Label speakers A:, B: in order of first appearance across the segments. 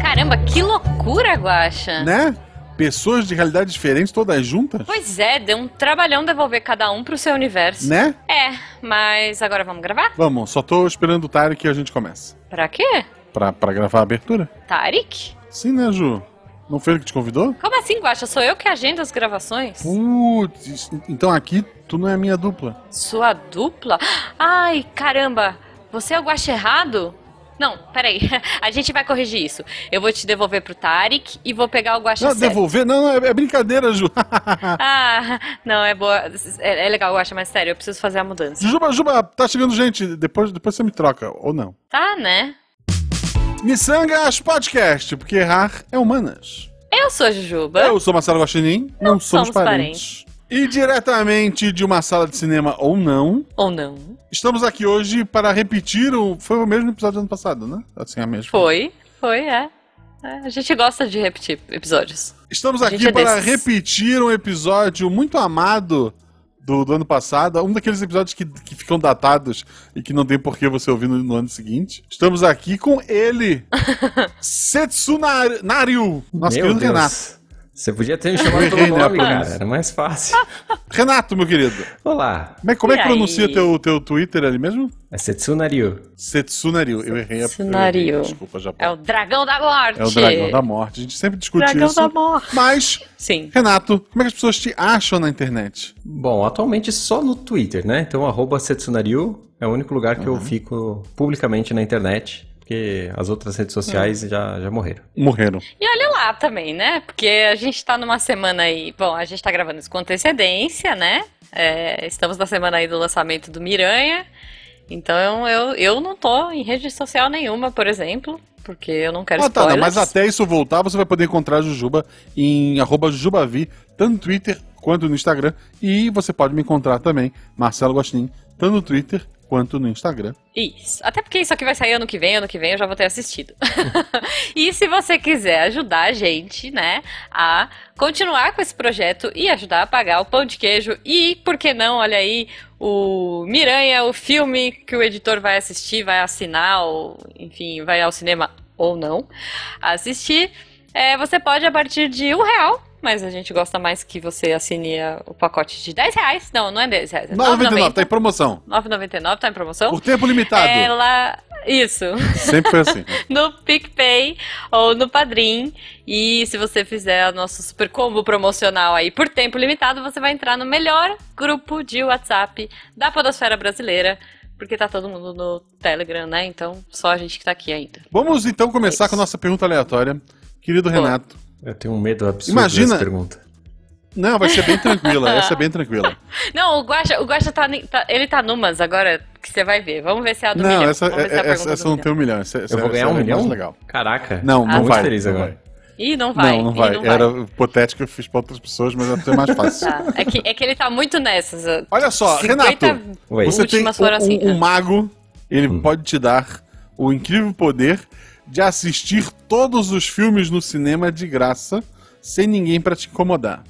A: Caramba, que loucura, Guaxa.
B: Né? Pessoas de realidades diferentes, todas juntas?
A: Pois é, deu um trabalhão devolver cada um pro seu universo.
B: Né?
A: É, mas agora vamos gravar?
B: Vamos, só tô esperando o Tarek que a gente começa.
A: Pra quê?
B: Pra, pra gravar a abertura?
A: Tarik?
B: Sim, né, Ju? Não foi ele que te convidou?
A: Como assim, Guaxa? Sou eu que agendo as gravações?
B: Putz, então aqui tu não é a minha dupla.
A: Sua dupla? Ai, caramba! Você é o guache errado? Não, peraí. A gente vai corrigir isso. Eu vou te devolver pro Tarik e vou pegar o guache
B: Não,
A: certo.
B: devolver? Não, não, é é brincadeira, Ju.
A: Ah, não, é boa. É, é legal, Guaxa, mas sério, eu preciso fazer a mudança.
B: Juba, Juba, tá chegando gente. Depois, depois você me troca, ou não.
A: Tá, né?
B: Missangas Podcast, porque errar é humanas.
A: Eu sou a Jujuba.
B: Eu sou Marcelo Guaxinim, não, somos,
A: somos
B: parentes. E diretamente de uma sala de cinema ou não,
A: Ou não?
B: estamos aqui hoje para repetir o... Foi o mesmo episódio do ano passado, né? Assim, a mesma.
A: Foi, foi, é. É, A gente gosta de repetir episódios.
B: Estamos
A: A
B: aqui
A: gente é
B: para
A: desses.
B: repetir um episódio muito amado do, do ano passado, um daqueles episódios que, que ficam datados e que não tem por que você ouvir no, no ano seguinte. Estamos aqui com ele, Setsunariu, nosso
C: Meu
B: querido
C: Deus.
B: é Renato.
C: Você podia ter me chamado
B: Errei,
C: pelo
B: né,
C: nome,
B: pronúncia.
C: cara. Era mais fácil.
B: Renato, meu querido,
C: Olá,
B: como é, como é que
A: E aí?
B: pronuncia teu, teu Twitter ali mesmo?
C: é Setsunariu.
B: Setsunariu, eu errei. a- eu errei,
A: Setsunariu.
B: Desculpa, já
A: É o dragão da morte.
B: É o dragão da morte. A gente sempre discute
A: Dragão
B: isso.
A: da morte.
B: Mas,
A: Sim.
B: Renato, como é que as pessoas te acham na internet?
C: Bom, atualmente só no Twitter, né? Então, arroba Setsunariu é o único lugar que eu
B: Uhum.
C: fico publicamente na internet, porque as outras redes
B: Uhum.
C: sociais já, já morreram.
B: Morreram.
A: E olha lá também, né? Porque a gente tá numa semana aí. Bom, a gente tá gravando isso com antecedência, né? É, estamos na semana aí do lançamento do Miranha. Então eu, eu não tô em rede social nenhuma, por exemplo. Porque eu não quero
B: Ah, tá, não,
A: spoilers.
B: mas até isso voltar, você vai poder encontrar a Jujuba em arroba Jujubavi, tanto no Twitter quanto no Instagram. E você pode me encontrar também, Marcelo Gostin, tanto no Twitter quanto no Instagram.
A: Isso. Até porque isso aqui vai sair ano que vem, ano que vem eu já vou ter assistido. e se você quiser ajudar a gente, né, a continuar com esse projeto e ajudar a pagar o pão de queijo e, por que não, olha aí, o Miranha, o filme que o editor vai assistir, vai assinar, ou, enfim, vai ao cinema ou não assistir, é, você pode a partir de um real. Mas a gente gosta mais que você assine a- o pacote de 10 reais. Não, não é 10 reais. É
B: 9,99, tá em
A: 9,99.
B: promoção.
A: 9,99 tá em promoção?
B: Por tempo limitado.
A: é, Ela. Isso.
B: Sempre foi assim.
A: No PicPay ou no Padrim. E se você fizer o nosso super combo promocional aí por tempo limitado, você vai entrar no melhor grupo de WhatsApp da Podosfera Brasileira. Porque tá todo mundo no Telegram, né? Então, só a gente que tá aqui ainda.
B: Vamos então começar
A: É Isso.
B: com a nossa pergunta aleatória. Querido
A: Boa.
B: Renato.
C: Eu tenho um medo absurdo
B: Imagina-
C: dessa pergunta.
B: Não, vai ser bem tranquila, essa é bem tranquila.
A: Não, o Guaxa, o Guaxa tá, ni- tá- Ele tá numas agora que você vai ver. Vamos ver se é a do
B: Não,
A: milhão.
B: essa,
A: Vamos ver se é a
B: essa,
A: pergunta
B: essa
A: do
B: não
A: milhão.
B: tem um milhão. Essa,
C: Eu
B: essa-
C: vou ganhar
B: essa
C: um
B: é mais
C: milhão?
B: legal.
C: Caraca.
B: Não,
C: tô
B: não
C: muito
B: vai.
C: feliz
B: não
C: agora.
B: vai.
A: Ih, não vai.
B: Não, não
A: ih,
B: vai.
A: não
B: Era
A: vai.
B: hipotético que eu fiz pra outras pessoas, mas até é mais fácil.
A: Tá. É, que, é que ele tá muito nessas. ó.
B: Olha só,
A: 50
B: Renato,
C: Oi.
B: você tem um,
A: Últimas foram assim,
B: um- um
A: né?
B: mago, ele pode te dar o incrível poder de assistir todos os filmes no cinema de graça, sem ninguém pra te incomodar.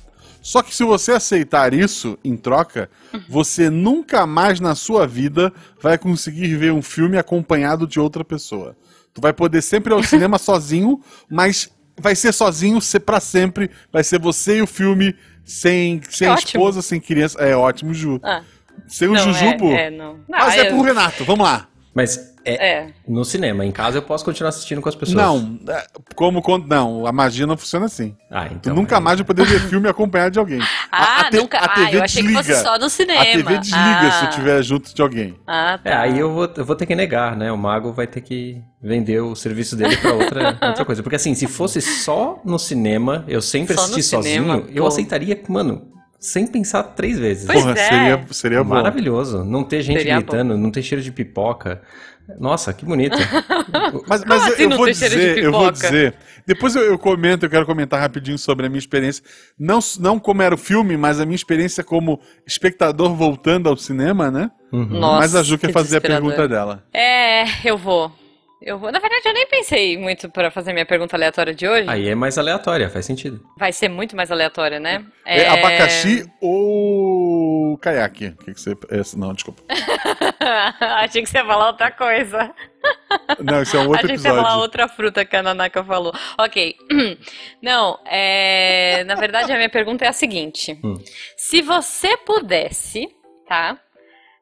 B: Só que se você aceitar isso em troca, você nunca mais na sua vida vai conseguir ver um filme acompanhado de outra pessoa. Tu vai poder sempre ir ao cinema sozinho, mas vai ser sozinho se- pra sempre. Vai ser você e o filme, sem, sem
A: Ótimo.
B: esposa, sem criança. É ótimo, Ju.
A: Ah.
B: Sem o
A: Não,
B: Jujubo?
A: É, é, não. Não,
B: Mas é
A: eu-
B: pro Renato, vamos lá.
C: Mas é,
A: É.
C: no cinema, em casa eu posso continuar assistindo com as pessoas.
B: Não, é, como quando. Não, a magia não funciona assim.
C: Ah,
B: Tu
C: então.
B: nunca
C: é.
B: mais vai poder ver filme acompanhado de alguém.
A: Ah,
B: te-
A: nunca. ah, eu achei que fosse só no cinema.
B: A TV desliga
A: ah.
B: se eu tiver junto de alguém.
A: Ah,
C: É,
A: tá.
C: aí eu vou, eu vou ter que negar, né? O mago vai ter que vender o serviço dele pra outra, outra coisa. Porque assim, se fosse só no cinema, eu sempre
A: Só no
C: assisti
A: cinema,
C: sozinho, eu
A: pô.
C: aceitaria, mano, sem pensar três vezes.
A: Pois
B: Porra,
A: é.
B: seria, seria bom.
C: Maravilhoso. Não ter gente
A: Seria
C: gritando, não ter cheiro de pipoca. Nossa, que bonito.
B: Mas,
A: Como
B: mas eu-
A: assim
B: eu,
A: não
B: vou
A: tem cheiro de
B: dizer, eu vou
A: pipoca?
B: dizer. Depois eu, eu comento, eu quero comentar rapidinho sobre a minha experiência. Não, s- não como era o filme, mas a minha experiência como espectador voltando ao cinema, né?
C: Uhum.
A: Nossa,
B: mas a Ju quer
A: que
B: fazer a
A: desesperador.
B: pergunta dela.
A: É, eu vou. Eu vou. Na verdade, eu nem pensei muito pra fazer minha pergunta aleatória de hoje.
C: Aí é mais aleatória, faz sentido.
A: É, Vai ser muito mais aleatória, né?
B: É abacaxi É ou o caiaque. O que, que você. esse- não, desculpa.
A: Achei que você ia falar outra coisa.
B: Não, esse é um outro
A: Achei que você ia falar
B: episódio.
A: outra fruta que a Nanaka falou. Ok. Não, é... na verdade a minha pergunta é a seguinte.
C: Hum.
A: Se você pudesse, tá?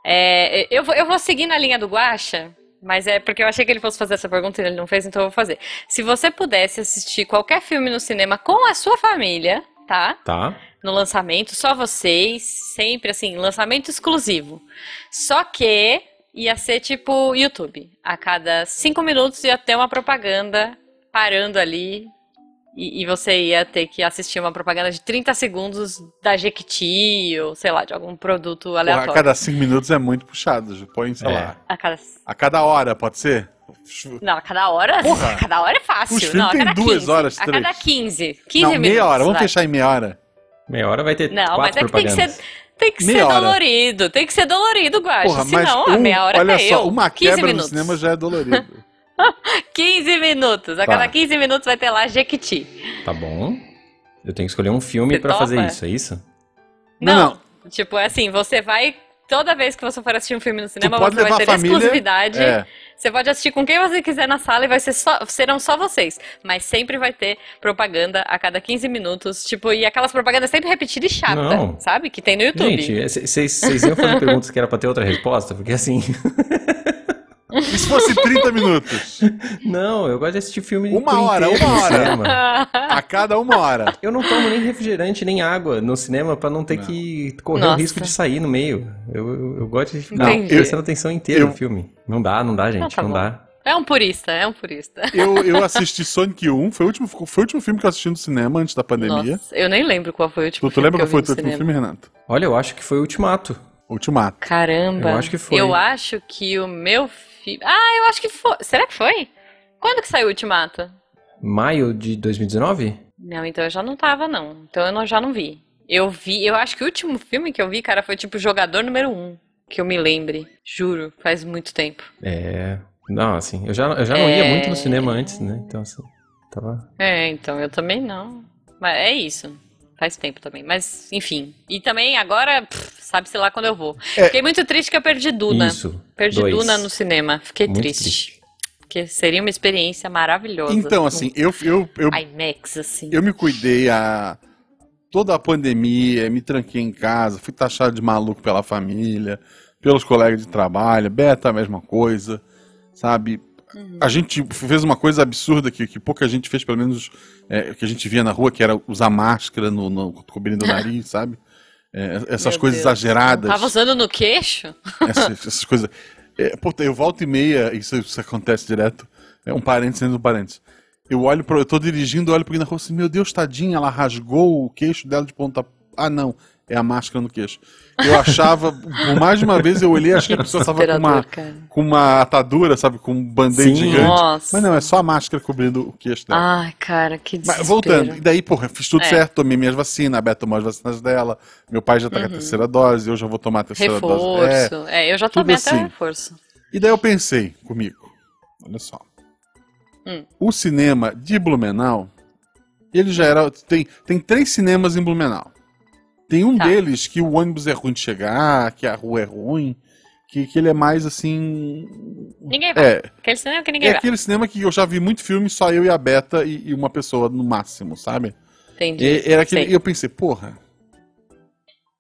A: É, eu, vou, eu vou seguir na linha do Guaxa, mas é porque eu achei que ele fosse fazer essa pergunta e ele não fez, então eu vou fazer. Se você pudesse assistir qualquer filme no cinema com a sua família, tá?
C: Tá.
A: no lançamento, só vocês, sempre assim, lançamento exclusivo. Só que ia ser tipo YouTube. A cada cinco minutos ia ter uma propaganda parando ali. E, e você ia ter que assistir uma propaganda de 30 segundos da Jequiti ou sei lá, de algum produto
B: Porra,
A: aleatório.
B: a cada cinco minutos é muito puxado. Ju. Põe, sei
C: É.
B: lá.
A: A cada-
B: A cada hora, pode ser?
A: Não, a cada hora.
B: Porra!
A: A cada hora é fácil.
B: Os filmes
A: não, a
B: têm
A: cada
B: duas
A: 15,
B: horas,
A: A
B: três.
A: cada 15. 15
B: Não,
A: minutos.
B: meia hora. Vamos
A: vai.
B: fechar em meia hora.
C: Meia hora vai ter
A: Não, mas
C: quatro
A: é que tem que ser-
C: propagandas.
A: Tem que
B: Meia
A: ser
B: hora.
A: dolorido, tem que ser dolorido, Guaxa.
B: Porra, mas
A: Senão, a
B: um-
A: meia hora
B: olha
A: até
B: só,
A: eu.
B: uma
A: 15
B: quebra no
A: minutos.
B: cinema já é dolorido.
A: 15 minutos. A
C: Tá.
A: cada 15 minutos vai ter lá Jequiti.
C: Tá bom. Eu tenho que escolher um filme
A: Você
C: pra fazer
A: topa?
C: isso, é isso?
B: Não,
A: Tipo, é assim, você vai. Toda vez que você for assistir um filme no cinema,
B: pode
A: você vai
B: levar
A: ter
B: a família,
A: exclusividade.
B: É.
A: Você pode assistir com quem você quiser na sala e vai ser só, serão só vocês. Mas sempre vai ter propaganda a cada 15 minutos. Tipo, e aquelas propagandas sempre repetidas e chata,
C: Não.
A: sabe? Que tem no YouTube.
C: Gente, é, vocês iam fazer perguntas que era pra ter outra resposta? Porque assim.
B: E se fosse 30 minutos?
C: Não, eu gosto de assistir filme.
B: Uma
C: por
B: hora,
C: inteiro
B: uma
C: no
B: hora.
C: cinema.
B: A cada uma hora.
C: Eu não tomo nem refrigerante, nem água no cinema pra não ter
B: Não.
C: que correr o
A: Nossa.
C: risco de sair no meio. Eu, eu, eu gosto de ficar
A: Entendi.
C: prestando atenção inteira
B: Eu-
C: no filme. Não dá, não dá, gente.
A: tá
C: não
A: bom.
C: dá.
A: É um purista, é um purista.
B: Eu, eu assisti Sonic 1, foi o, último, foi o último filme que eu assisti no cinema antes da pandemia.
A: Nossa, eu nem lembro qual foi o último
B: Tu, tu
A: filme
B: lembra
A: que eu
B: qual foi o
A: vi
B: teu
A: no
B: último
A: cinema.
B: filme, Renato?
C: Olha, eu acho que foi o Ultimato.
B: Ultimato.
A: Caramba.
C: Eu acho que foi.
A: Eu acho que o meu filme. Ah, eu acho que foi. Será que foi? Quando que saiu o Ultimato?
C: Maio de 2019?
A: Não, então eu já não tava, não. Então eu não- já não vi. Eu vi, eu acho que o último filme que eu vi, cara, foi tipo Jogador Número 1, que eu me lembre. Juro, faz muito tempo.
C: É. Não, assim, eu já, eu já não ia
A: É.
C: muito no cinema antes, né? Então, assim, tava.
A: É, então eu também não. Mas é isso. Faz tempo também. Mas, enfim. E também agora, pff, sabe-se lá quando eu vou.
B: É.
A: Fiquei muito triste que eu perdi Duna.
C: Isso.
A: Perdi
C: dois.
A: Duna no cinema. Fiquei
C: Muito
A: né? triste.
C: triste.
A: Porque seria uma experiência maravilhosa.
B: Então, assim, eu, eu, eu,
A: Um IMAX, assim.
B: eu me cuidei a toda a pandemia, me tranquei em casa, fui taxado de maluco pela família, pelos colegas de trabalho, Beta a mesma coisa, sabe?
A: Uhum.
B: A gente fez uma coisa absurda que, que pouca gente fez, pelo menos é, que a gente via na rua, que era usar máscara no, no cobrindo o nariz, sabe? É, essas
A: Meu Deus.
B: coisas exageradas.
A: Tava usando no queixo?
B: essas, essas coisas. É, puta, eu volto e meia, isso, isso acontece direto. É um parênteses dentro de um parênteses. Eu olho pro. Eu tô dirigindo, olho pro na rua assim, meu Deus, tadinha, ela rasgou o queixo dela de ponta. Ah, não, é a máscara no queixo. Eu achava, por mais de uma vez eu olhei, achei que a pessoa tava com uma,
A: Desesperador, cara.
B: com uma atadura, sabe, com um band-aid
C: Sim.
B: gigante.
A: Nossa.
B: Mas não, é só a máscara cobrindo o queixo dela.
A: Ai, cara, que
B: Mas
A: desespero.
B: voltando, e daí, porra, fiz tudo
A: Ah, É.
B: certo, tomei minhas vacinas, a Beth tomou as vacinas dela, meu pai já tá com a terceira dose, eu já vou tomar a terceira dose. É,
A: Uhum. Reforço. É, eu já tomei
B: tudo
A: até
B: assim.
A: reforço.
B: e daí eu pensei comigo, olha só.
A: Hum.
B: O cinema de Blumenau, ele já era. Tem, tem três cinemas em Blumenau. Tem um
A: Tá.
B: deles que o ônibus é ruim de chegar, que a rua é ruim, que, que ele é mais assim.
A: Ninguém vai.
B: É,
A: Aquele cinema que ninguém
B: é
A: vai.
B: aquele cinema que eu já vi muito filme, só eu e a Beta e, e uma pessoa no máximo, sabe?
A: Entendi.
B: E, era aquele,
A: Sei.
B: e eu pensei, porra,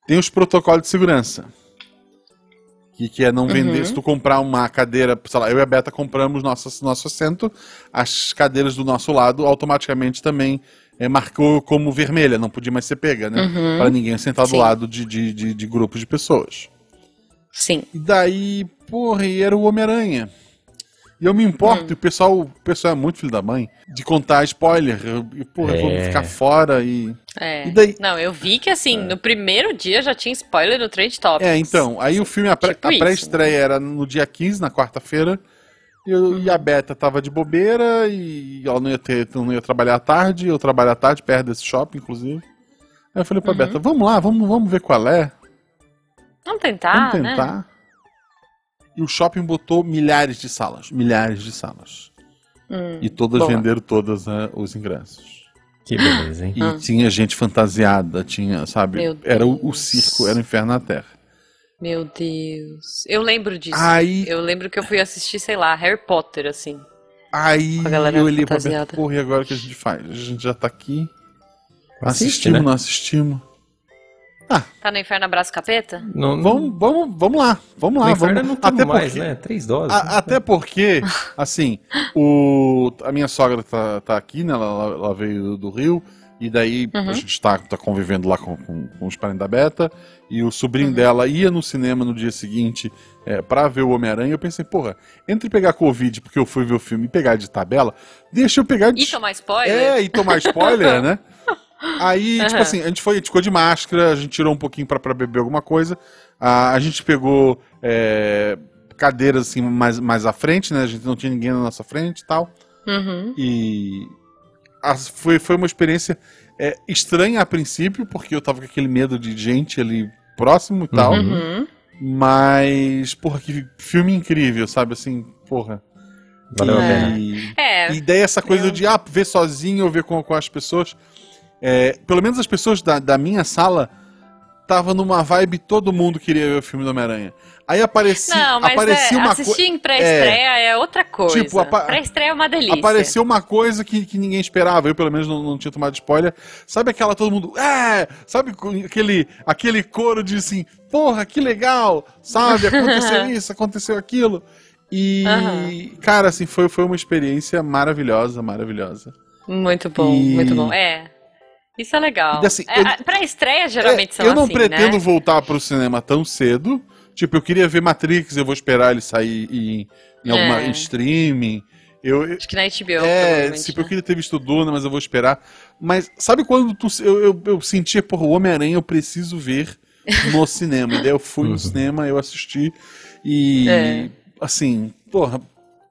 B: tem os protocolos de segurança. Que, que é não vender,
A: Uhum.
B: se tu comprar uma cadeira, sei lá, eu e a Beta compramos nosso, nosso assento, as cadeiras do nosso lado automaticamente também é, marcou como vermelha, não podia mais ser pega, né?
A: Uhum.
B: Pra ninguém sentar do
A: Sim.
B: lado de, de, de, de grupos de pessoas.
A: Sim.
B: E daí, porra, e era o Homem-Aranha. E eu me
A: Hum.
B: importo, e o pessoal, o pessoal é muito filho da mãe, de contar spoiler. Eu, e, porra, eu vou
C: É.
B: ficar fora e.
A: É.
B: E daí-
A: Não, eu vi que assim, no primeiro dia já tinha spoiler no Trend Topics.
B: É, então, aí o filme, a pré-
A: Tá Tipo
B: a
A: isso,
B: pré-estreia era no dia 15, na quarta-feira, e, eu- e a Beta tava de bobeira, e ela não ia, ter, não ia trabalhar à tarde, eu trabalho à tarde, perto desse shopping, inclusive. Aí eu falei
A: Uhum.
B: pra Beta, vamos lá, vamos, vamos ver qual é,
A: Vamos tentar,
B: vamos
A: né?
B: tentar. E o shopping botou milhares de salas, milhares de salas.
A: Hum,
B: E todas
A: boa.
B: venderam todos né, os ingressos.
C: Que beleza, hein?
B: E tinha gente fantasiada, tinha, sabe,
A: Ah. Meu
B: era o, o
A: Deus.
B: circo, era o inferno na terra.
A: Meu Deus. Eu lembro disso.
B: Aí-
A: Eu lembro que eu fui assistir, sei lá, Harry Potter, assim.
B: Aí
A: Com a galera
B: eu olhei pra
A: fantasiada.
B: Beto, porra, e agora o que a gente faz? A gente já tá aqui.
C: Assiste,
B: assistimos,
C: né?
B: não assistimos.
A: Tá no Inferno Abraço Capeta?
C: Não, não-
B: Vamos, vamos, vamos lá, vamos
C: no
B: lá,
C: inferno
B: vamos.
C: eu não tomo
B: Até
C: mais,
B: porque-
C: né? Três doses.
B: A- até porque, assim, o, a minha sogra tá, tá aqui, né? Ela, ela- ela veio do, do Rio, e daí
A: Uhum.
B: a gente tá, tá convivendo lá com, com- com os parentes da Beta, e o sobrinho
A: Uhum.
B: dela ia no cinema no dia seguinte é, pra ver o Homem-Aranha. Eu pensei, porra, entre pegar Covid, porque eu fui ver o filme, e pegar de tabela, deixa eu pegar de
A: E tomar spoiler?
B: é, e tomar spoiler, né? Aí, tipo
A: Aham.
B: assim, a gente foi, a gente ficou de máscara, a gente tirou um pouquinho pra, pra beber alguma coisa. A, a gente pegou é, cadeiras assim mais, mais à frente, né? A gente não tinha ninguém na nossa frente e tal.
A: Uhum.
B: E a- foi, foi uma experiência é, estranha a princípio, porque eu tava com aquele medo de gente ali próximo e tal.
C: Uhum.
A: Uhum.
B: Mas, porra, que filme incrível, sabe? Assim, porra.
C: Valeu a
A: É.
C: pena.
B: E-
A: É.
B: e daí essa coisa
A: eu-
B: de ah, ver sozinho ou ver com, com as pessoas. É, pelo menos as pessoas da, da minha sala tava numa vibe todo mundo queria ver o filme do Homem-Aranha. Aí apareci,
A: Não, mas
B: aparecia
A: é,
B: uma
A: assistir
B: coisa.
A: em pré-estreia é. outra coisa.
B: Tipo, apa-
A: Pré-estreia é uma delícia.
B: Apareceu uma coisa que, que ninguém esperava, eu pelo menos não, não tinha tomado spoiler. Sabe aquela todo mundo, é! Sabe com aquele, aquele coro de assim, porra, que legal! Sabe, aconteceu isso, aconteceu aquilo. E,
A: Aham.
B: cara, assim, foi, foi uma experiência maravilhosa, maravilhosa.
A: Muito bom,
B: E-
A: muito bom. É. Isso é legal.
B: E assim,
A: É,
B: eu-
A: a- Pré-estreia geralmente
B: É,
A: são
B: eu não
A: assim,
B: pretendo
A: né?
B: voltar pro cinema tão cedo. Tipo, eu queria ver Matrix, eu vou esperar ele sair em, em alguma
A: É.
B: em streaming. Eu, eu-
A: Acho que na HBO,
B: é,
A: provavelmente,
B: tipo, eu
A: né?
B: queria ter visto Duna, mas eu vou esperar. Mas sabe quando tu, eu, eu, eu sentia, porra, o Homem-Aranha eu preciso ver no cinema. E daí eu fui
C: Uhum.
B: no cinema, eu assisti e,
A: É.
B: assim, porra,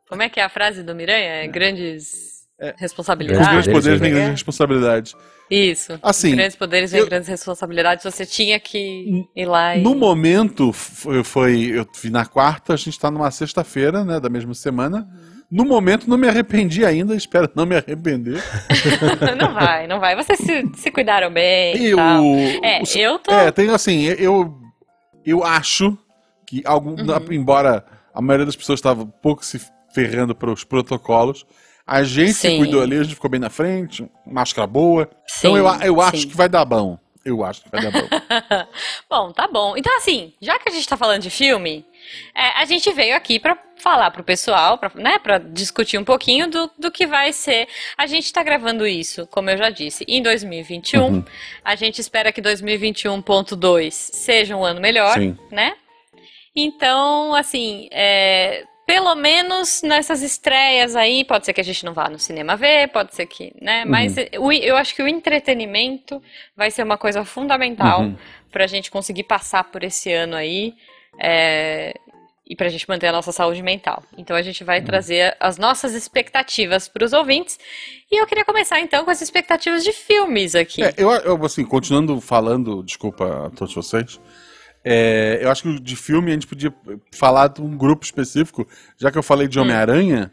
A: Como é que é a frase do Miranha? É grandes
B: com os
A: responsabilidades.
B: É. grandes
C: Verdade,
B: poderes vem
A: verdade.
B: grande responsabilidade.
A: Isso.
B: Assim,
A: É. grandes poderes vêm
B: eu-
A: grandes responsabilidades. Você tinha que ir lá e.
B: No momento, foi, foi- eu vi na quarta, a gente tá numa sexta-feira, né, da mesma semana.
A: Uhum.
B: No momento, não me arrependi ainda, espero não me arrepender.
A: não vai, não vai. Vocês se, se cuidaram bem.
B: E
A: e tal.
B: o-
A: É,
B: os-
A: eu tô.
B: é, tem assim, eu, eu acho que, algum,
A: Uhum.
B: na- embora a maioria das pessoas estava pouco se ferrando para os protocolos, a gente se
A: Sim.
B: cuidou ali, a gente ficou bem na frente, máscara boa. então
A: Sim,
B: eu, a- eu acho
A: sim.
B: que vai dar bom. Eu acho que vai dar bom.
A: Bom, tá bom. Então, assim, já que a gente tá falando de filme, é, a gente veio aqui pra falar pro pessoal, pra, né, pra discutir um pouquinho do, do que vai ser. A gente tá gravando isso, como eu já disse, em 2021.
B: Uhum.
A: A gente espera que 2021.2 seja um ano melhor,
B: Sim.
A: né? Então, assim, é, pelo menos nessas estreias aí, pode ser que a gente não vá no cinema ver, pode ser que, né?
B: Uhum.
A: Mas o- eu acho que o entretenimento vai ser uma coisa fundamental
B: Uhum.
A: para a gente conseguir passar por esse ano aí é, e para a gente manter a nossa saúde mental. Então a gente
B: Uhum.
A: vai trazer as nossas expectativas para os ouvintes e eu queria começar então com as expectativas de filmes aqui.
B: É, eu, eu, assim, continuando falando, desculpa a todos vocês, é, eu acho que de filme a gente podia falar de um grupo específico, já que eu falei de Homem-Aranha,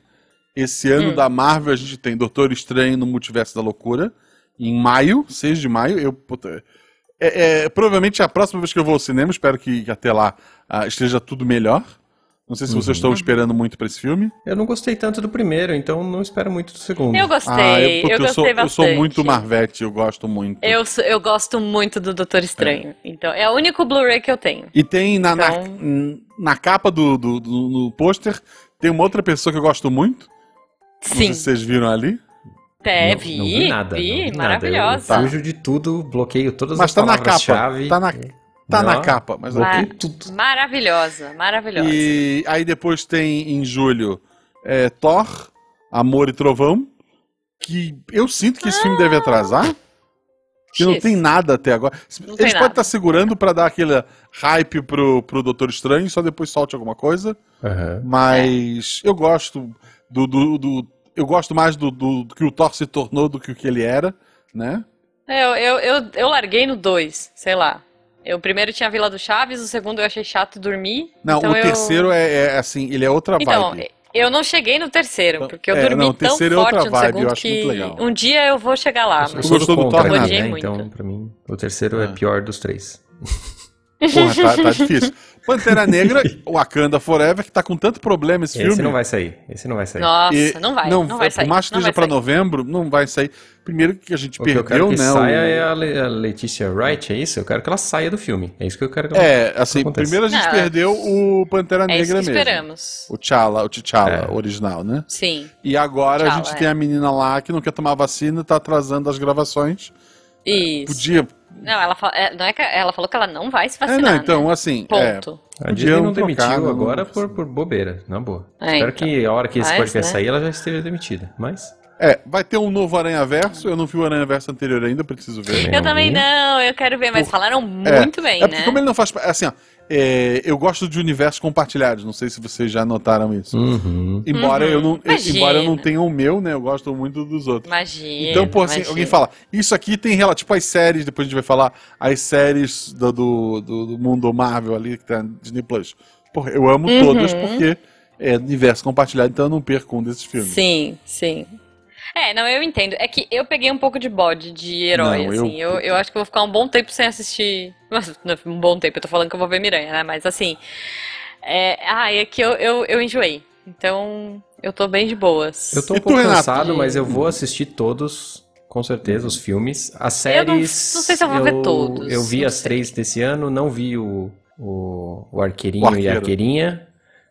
B: esse ano
A: Hum.
B: da Marvel a gente tem Doutor Estranho no Multiverso da Loucura, em maio, 6 de maio, eu... puta, é, é, provavelmente a próxima vez que eu vou ao cinema, espero que, que até lá ah, esteja tudo melhor. Não sei se
C: Uhum.
B: vocês estão esperando muito pra esse filme.
C: Eu não gostei tanto do primeiro, então não espero muito do segundo.
A: Eu gostei, eu,
B: puta,
A: gostei
B: sou, Ah, é eu
A: bastante.
B: sou muito Marvete, eu gosto muito.
A: Eu, sou- eu gosto muito do Doutor Estranho. Então, é o único Blu-ray que eu tenho.
B: E tem na, na-
A: Então-
B: na, capa do, do, do- no pôster, tem uma outra pessoa que eu gosto muito. Não sei
A: Sim,
B: se vocês viram ali.
A: até
C: não,
A: É, vi,
C: não vi nada. não vi nada.
A: maravilhosa.
B: tá.
C: Eu fujo de tudo, bloqueio todas
B: Mas
C: as
B: tá na capa,
C: palavras-chave.
B: tá na- Tá na
C: Não,
B: capa, mas
A: Vai.
C: Bloqueio tudo.
A: Maravilhosa, maravilhosa.
B: E aí depois tem em julho é, Thor, Amor e Trovão. Que eu sinto que esse filme deve atrasar. Que não
A: Ah, X.
B: tem nada até agora.
A: tem
B: Eles podem
A: nada.
B: estar segurando pra dar aquele hype pro, pro Doutor Estranho, só depois solte alguma coisa.
C: Aham.
B: Mas eu gosto do, do, do- Eu gosto mais do, do, do que o Thor se tornou do que o que ele era, né?
A: Eu, eu, eu, eu larguei no 2, sei lá. Eu primeiro tinha a Vila do Chaves, o segundo eu achei chato e dormi.
B: Não,
A: então
B: o
A: eu-
B: terceiro é, é, assim, ele é outra
A: Então,
B: vibe.
A: eu não cheguei no terceiro,
B: Então,
A: porque eu
B: é,
A: dormi
B: não, o
A: tão
B: terceiro é
A: forte no
B: outra vibe, eu
A: segundo
B: acho
A: que
B: muito legal.
A: um dia eu vou chegar lá.
C: Eu
A: Mas...
C: sou
B: gostou do
C: contra,
B: Thor,
C: né?
A: Odiei muito.
B: Ah.
C: Então, pra mim, o terceiro é pior dos três.
B: Porra, tá, tá difícil. Pantera Negra, Wakanda Forever, que tá com tanto problema esse,
C: Esse
B: filme.
C: não vai sair. Esse não vai sair.
A: Nossa,
B: E-
A: não vai, não, vai sair.
B: Por mais que
A: não
B: esteja
A: vai
B: pra
A: sair.
B: novembro, não vai sair. Primeiro que a gente
C: O que eu
B: perdeu,
C: quero que
B: né?
C: saia
B: o-
C: é a, Le- a Letícia Wright, é isso? Eu quero que ela saia do filme. É isso que eu quero que ela
B: É, assim,
C: Acontece.
B: primeiro a gente
A: Não,
B: perdeu o Pantera
A: É isso
B: Negra
A: que
B: mesmo.
A: esperamos.
B: O T'Challa, o T'Challa
C: É.
B: original, né?
A: Sim,
B: E agora a
A: T'Challa,
B: gente
A: é.
B: tem a menina lá que não quer tomar vacina, tá atrasando as gravações.
A: isso.
B: Podia.
A: Não, ela, fala- é, não é que ela falou que ela não vai se
B: É,
A: vacinar,
B: não,
A: né?
B: então, assim. é,
A: Ponto.
C: A Disney
B: Podiam
C: não
B: trocar,
C: demitiu
B: não-
C: agora por, por bobeira, na boa.
A: É,
C: Espero
A: então.
C: que a hora que esse
A: Mas,
C: podcast
A: né?
C: sair ela já esteja demitida. Mas.
B: É, vai ter um novo Aranha Verso. Eu não vi o Aranha Verso anterior ainda, preciso ver.
C: Também.
A: Eu também não, eu quero ver, mas falaram muito bem,
B: É porque
A: né?
B: como ele não faz. Assim, ó, é, eu gosto de universos compartilhados. Não sei se vocês já notaram isso.
C: Uhum.
B: Embora
A: Uhum.
B: eu não,
A: Imagina.
B: embora eu não tenha o meu, né? Eu gosto muito dos outros.
A: Imagina.
B: Então, pô, assim,
A: imagina.
B: alguém fala, isso aqui tem relação, tipo as séries, depois a gente vai falar, as séries do, do, do- do mundo Marvel ali, que tá na Disney Plus. Porra, eu amo
A: Uhum.
B: todas porque é universo compartilhado, então eu não perco um desses filmes.
A: Sim, sim. É, não, eu entendo. É que eu peguei um pouco de bode de herói,
B: Não, eu-
A: assim. Eu, eu, acho que eu vou ficar um bom tempo sem assistir. Nossa, não, um bom tempo, eu tô falando que eu vou ver Miranha, né? Mas assim. É, ah, é que eu, eu, eu enjoei. Então, eu tô bem de boas.
C: Eu tô um
B: E tu,
C: pouco
B: Renato?
C: cansado, mas eu vou assistir todos, com certeza, os filmes. As
A: Eu
C: séries.
A: não- não sei se eu vou ver todos,
C: Eu vi
A: não
C: as
A: sei.
C: três desse ano, não vi o, o, o Arqueirinho
B: O
C: e a
B: Arqueiro.
C: Arqueirinha.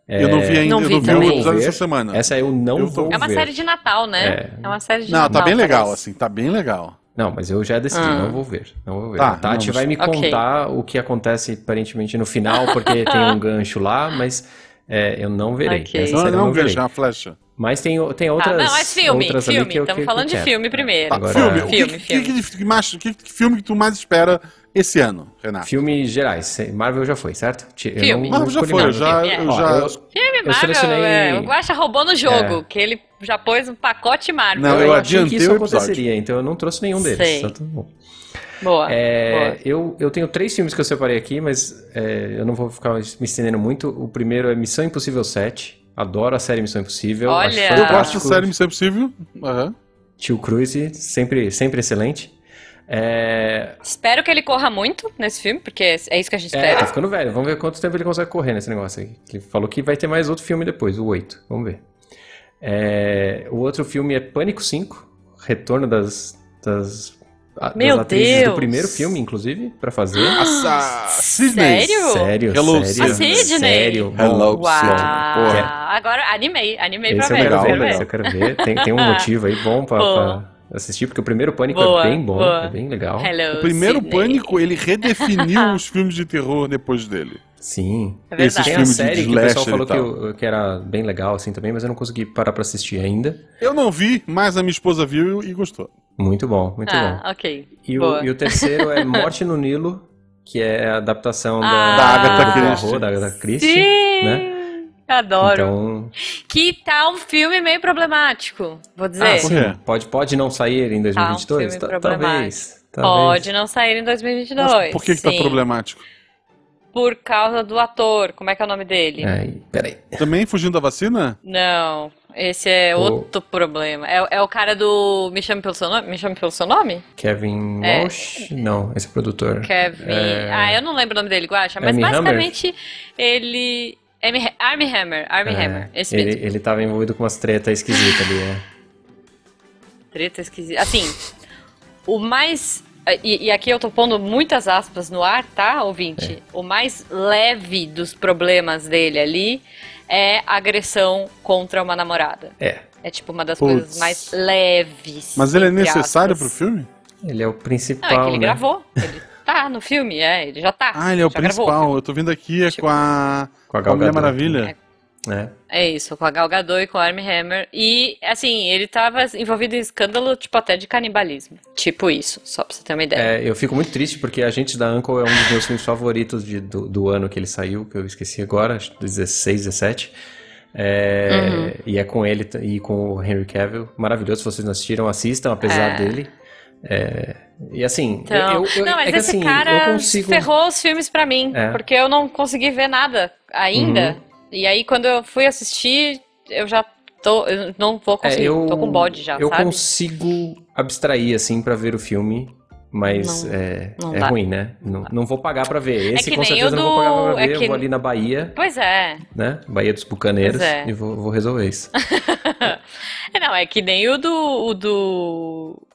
B: Eu não vi ainda,
A: Não
B: eu
A: vi
B: não vi
A: também.
B: o episódio
C: Vou ver.
B: dessa semana.
C: É, Essa eu não
B: Ah. Eu tô-
C: vou
A: É uma
C: ver.
A: série de Natal, né?
C: É.
A: É, uma série de
B: Não,
A: Natal.
B: tá bem legal,
A: parece.
B: assim, tá bem legal.
C: Não, mas eu já decidi,
A: Ah.
C: não vou ver. Não vou ver.
B: Tá,
C: a Tati
B: não, mas-
C: vai me
A: Ok.
C: contar o que acontece aparentemente no final, porque tem um gancho lá, mas é, eu não verei.
A: Ok.
C: Essa
B: Não,
C: série eu
B: não,
C: não
B: não vejo, é
C: verei.
B: uma flecha.
C: Mas tem, o- tem
A: Tá,
C: outras.
A: não, mas filme,
C: outras ali
A: filme.
C: que eu-
A: Estamos
C: que-
A: falando
C: que
A: de
C: eu quero.
A: filme primeiro.
B: Tá,
C: Agora-
B: filme, o
A: filme,
B: que,
A: filme.
B: Que, que- que mais, que que filme que tu mais espera esse ano, Renato?
C: Filme gerais. Marvel já foi, certo? Ti- eu
A: Filme.
B: Marvel já
C: escolhi
B: foi, eu
C: nada.
B: já,
A: filme, é.
B: eu
C: Ó,
B: já...
C: eu-
A: Filme
C: Eu selecionei-
A: Marvel, é, o Guaxa roubou no jogo, que ele já pôs um pacote Marvel.
B: Não,
A: hein?
B: eu
C: achei é que
B: adiantei
C: isso
B: o episódio.
C: aconteceria, então eu não trouxe nenhum deles.
A: Sei.
C: tá tudo bom.
A: Boa.
C: É,
A: boa.
C: eu, eu tenho três filmes que eu separei aqui, mas é, eu não vou ficar me estendendo muito. O primeiro é Missão Impossível 7. Adoro a série Missão Impossível.
A: Olha!
C: acho
B: Eu
A: Ah.
B: gosto de
C: fantástico.
B: série Missão Impossível. Aham.
C: Tio Cruise, sempre, sempre excelente. É,
A: Espero que ele corra muito nesse filme, porque é isso que a gente
C: é, tá
A: espera.
C: ficando velho. Vamos ver quanto tempo ele consegue correr nesse negócio aí. Ele falou que vai ter mais outro filme depois, o 8. Vamos ver. É, o outro filme é Pânico 5. Retorno das, das, a- das
A: Meu
C: atrizes do
A: Deus!
C: primeiro filme, inclusive, pra fazer.
B: Nossa, Sidney.
A: Sério?
C: Sério,
B: Hello,
C: sério.
A: Sidney. A Sidney.
C: Sério.
B: Hello,
A: Uau!
B: Sidney.
C: É.
B: Porra. é
A: Agora animei, animei
C: Esse
A: pra
C: eu
A: ver.
C: quero
B: legal,
C: ver,
A: pra
C: esse
B: legal.
C: eu quero ver. Tem, tem um motivo aí bom pra,
A: Boa.
C: pra assistir, porque o primeiro Pânico
A: Boa,
C: é bem bom,
A: boa.
C: é bem legal.
A: Hello,
B: O primeiro
A: Sidney.
B: Pânico, ele redefiniu os filmes de terror depois dele.
C: Sim.
A: É verdade.
B: esses
C: Tem a
B: filmes de
C: série que o pessoal
B: slasher e
C: falou que,
B: tal.
C: eu- que era bem legal assim também, mas eu não consegui parar pra assistir ainda.
B: Eu não vi, mas a minha esposa viu e gostou.
C: Muito bom, muito
B: é
A: ah,
C: bom.
A: ok.
C: E o,
A: boa.
C: e o terceiro é Morte no Nilo, que é a adaptação
A: Ah,
C: da,
B: Da Agatha
C: do
B: Christie. né?
C: Poirot, da Agatha Christie.
A: Sim! Adoro.
C: Então,
A: Que tá um filme meio problemático, vou
C: ah,
A: dizer.
B: Por
C: sim,
B: quê?
C: pode, pode não sair em
A: Tá, um
C: 2022?
A: filme
C: Ta-
A: problemático.
C: talvez, talvez.
A: Pode não sair em
B: Mas
A: 2022.
B: tá por que, que tá
A: sim.
B: problemático?
A: Por causa do ator, como é que é o nome dele?
C: Ai, peraí.
B: Também fugindo da vacina?
A: Não, esse é
C: O-
A: outro problema. É, é o cara do Me Chame Pelo Seu Nome? Me Chame Pelo Seu Nome?
C: Kevin
A: É.
C: Walsh? Não, esse é produtor.
A: Kevin.
C: É.
A: Ah, eu não lembro o nome dele, Guacha, mas
C: Armie Hammer?
A: basicamente ele. é Army, Army Hammer, Army
C: É,
A: Hammer. Esse
C: ele,
A: mesmo.
C: ele tava envolvido com umas treta esquisita ali, né?
A: Treta esquisita. Assim, o mais. E, e aqui eu tô pondo muitas aspas no ar, tá,
C: É.
A: ouvinte? O mais leve dos problemas dele ali é agressão contra uma namorada.
C: É,
A: É tipo uma das
B: Puts.
A: coisas mais leves.
B: Mas ele é
A: entre
B: necessário pro
A: aspas.
B: filme?
C: ele é o principal,
A: Não, é que ele
C: né?
A: gravou. Ele tá no filme, é, ele já tá.
B: Ah, ele é o
A: já
B: principal.
A: Gravou.
B: Eu tô vindo aqui é
A: Tipo-
B: com a,
C: Com
B: com
C: a
B: a
C: Gal
B: Mulher
C: Gadot.
B: Maravilha.
C: É.
A: É isso, com a Gal Gadot e com o Armie Hammer. E, assim, ele tava envolvido em escândalo, tipo, até de canibalismo. Tipo isso, só pra você ter uma ideia.
C: É, eu fico muito triste porque A Gente da Uncle é um dos meus filmes favoritos de- do, do ano que ele saiu, que eu esqueci agora, acho que 16, 17. É,
A: Uhum.
C: E é com ele t- e com o Henry Cavill. Maravilhoso, se vocês não assistiram, assistam, apesar
A: É.
C: dele. É, e assim,
A: Então,
C: eu, eu-
A: não, mas
C: é que
A: esse
C: assim, eu
A: cara
C: consigo...
A: ferrou os filmes pra mim,
C: É. Uhum.
A: porque eu não consegui ver nada ainda. E aí, quando eu fui assistir, eu já tô, eu não vou
C: É,
A: conseguir, tô com bode já,
C: eu
A: sabe?
C: consigo abstrair, assim, pra ver o filme, Mas
A: Não,
C: é,
A: não
C: é
A: dá. É
C: ruim, né? Não, não vou pagar pra ver. Esse
A: que
C: com
A: nem
C: certeza
A: o
C: não vou
A: do-
C: pagar pra
A: é
C: ver. Eu
A: que-
C: vou ali na Bahia,
A: Pois é.
C: né? Bahia dos Bucaneiros
A: Pois é.
C: e vou, vou resolver isso.
A: É, Não, é que nem o do, o do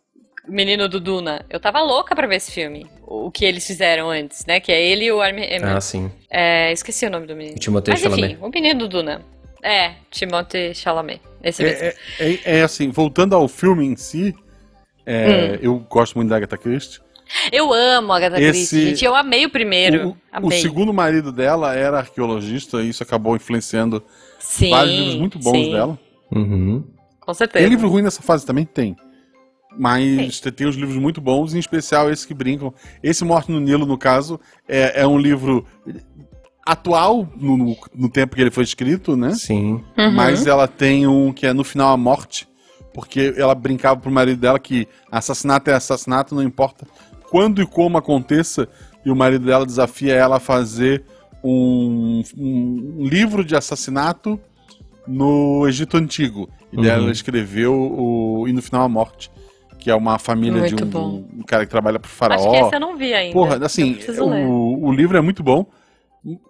A: menino do Duna. Eu tava louca pra ver esse filme. O que eles fizeram antes, né? Que é ele e o Armin Hammer.
C: ah, sim.
A: É, esqueci o nome do menino.
C: O Timothée
A: Mas
C: Chalamet.
A: enfim, o menino do Duna. É, Timothée Chalamet. Esse mesmo.
B: É, é- é- é assim, voltando ao filme em si, é, eu gosto muito da Agatha Christie.
A: Eu amo a Agatha
B: Esse-
A: Christie, gente. Eu amei o primeiro.
B: O, o
A: amei.
B: segundo marido dela era arqueologista e isso acabou influenciando
A: Sim,
B: vários livros muito bons
A: sim,
B: dela.
C: Uhum.
A: Com
B: Tem
A: certeza.
B: livro ruim nessa fase também? Tem. Mas tem, tem os livros muito bons, em especial esse que brincam. Esse Morte no Nilo, no caso, é, é um livro atual no, no- no tempo que ele foi escrito, né?
C: Sim.
A: Uhum.
B: Mas ela tem um que é no final a morte, porque ela brincava pro marido dela que assassinato é assassinato, não importa quando e como aconteça. E o marido dela desafia ela a fazer um, um livro de assassinato no Egito Antigo. E daí
C: Uhum.
B: ela escreveu o E no final a morte, que é uma família
A: Muito
B: de um,
A: bom.
B: um cara que trabalha pro faraó.
A: Acho que essa eu não vi ainda.
B: Porra, assim,
A: Eu preciso ler.
B: o, o livro é muito bom.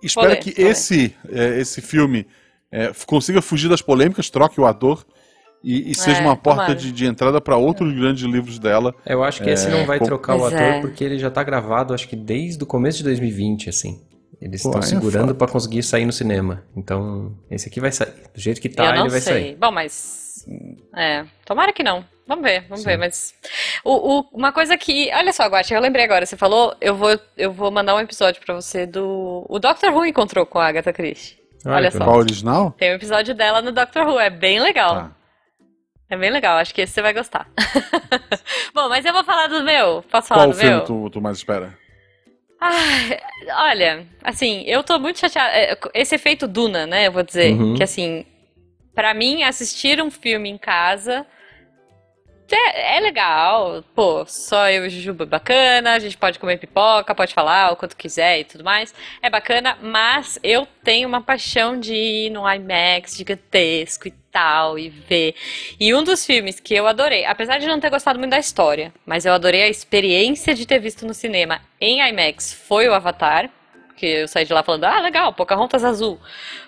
B: Espero
A: ler,
B: que
A: vou ler.
B: esse, é, esse filme é, f- consiga fugir das polêmicas, troque o ator e, e seja
A: É,
B: uma porta
A: tomara.
B: de, de entrada para outros grandes livros dela.
C: Eu acho que esse não vai
B: É, com-
C: trocar o
A: Pois
C: ator
A: é.
C: porque ele já tá gravado, acho que desde o começo de 2020, assim. Eles
B: Pô,
C: estão
B: aí é
C: segurando
B: foda.
C: pra conseguir sair no cinema. Então, esse aqui vai sair. Do jeito que tá,
A: eu não
C: ele vai
A: sei.
C: sair.
A: Bom, mas. É, tomara que não. Vamos ver, vamos
C: Sim.
A: ver, mas. O, o- uma coisa que. Olha só, Guacha, eu lembrei agora, você falou, eu vou, eu vou mandar um episódio pra você do. O Doctor Who encontrou com a Agatha Christie. Olha
C: que
A: só.
B: Qual a original?
A: Tem um episódio dela no Doctor Who, é bem legal.
B: Tá.
A: É bem legal, acho que esse você vai gostar. Bom, mas eu vou falar do meu. Posso falar
B: Qual o
A: do
B: filme
A: meu?
B: tu, tu mais espera?
A: Ai, olha, assim, eu tô muito chateada. É, Esse efeito Duna, né? Eu vou dizer.
C: Uhum.
A: Que assim, pra mim, assistir um filme em casa é, é legal. Pô, só eu e o Jujuba é bacana, a gente pode comer pipoca, pode falar o quanto quiser e tudo mais. É bacana, mas eu tenho uma paixão de ir num IMAX gigantesco e tal, e ver. E um dos filmes que eu adorei, apesar de não ter gostado muito da história, mas eu adorei a experiência de ter visto no cinema em IMAX, foi o Avatar. Que eu saí de lá falando, ah, legal, Pocahontas azul.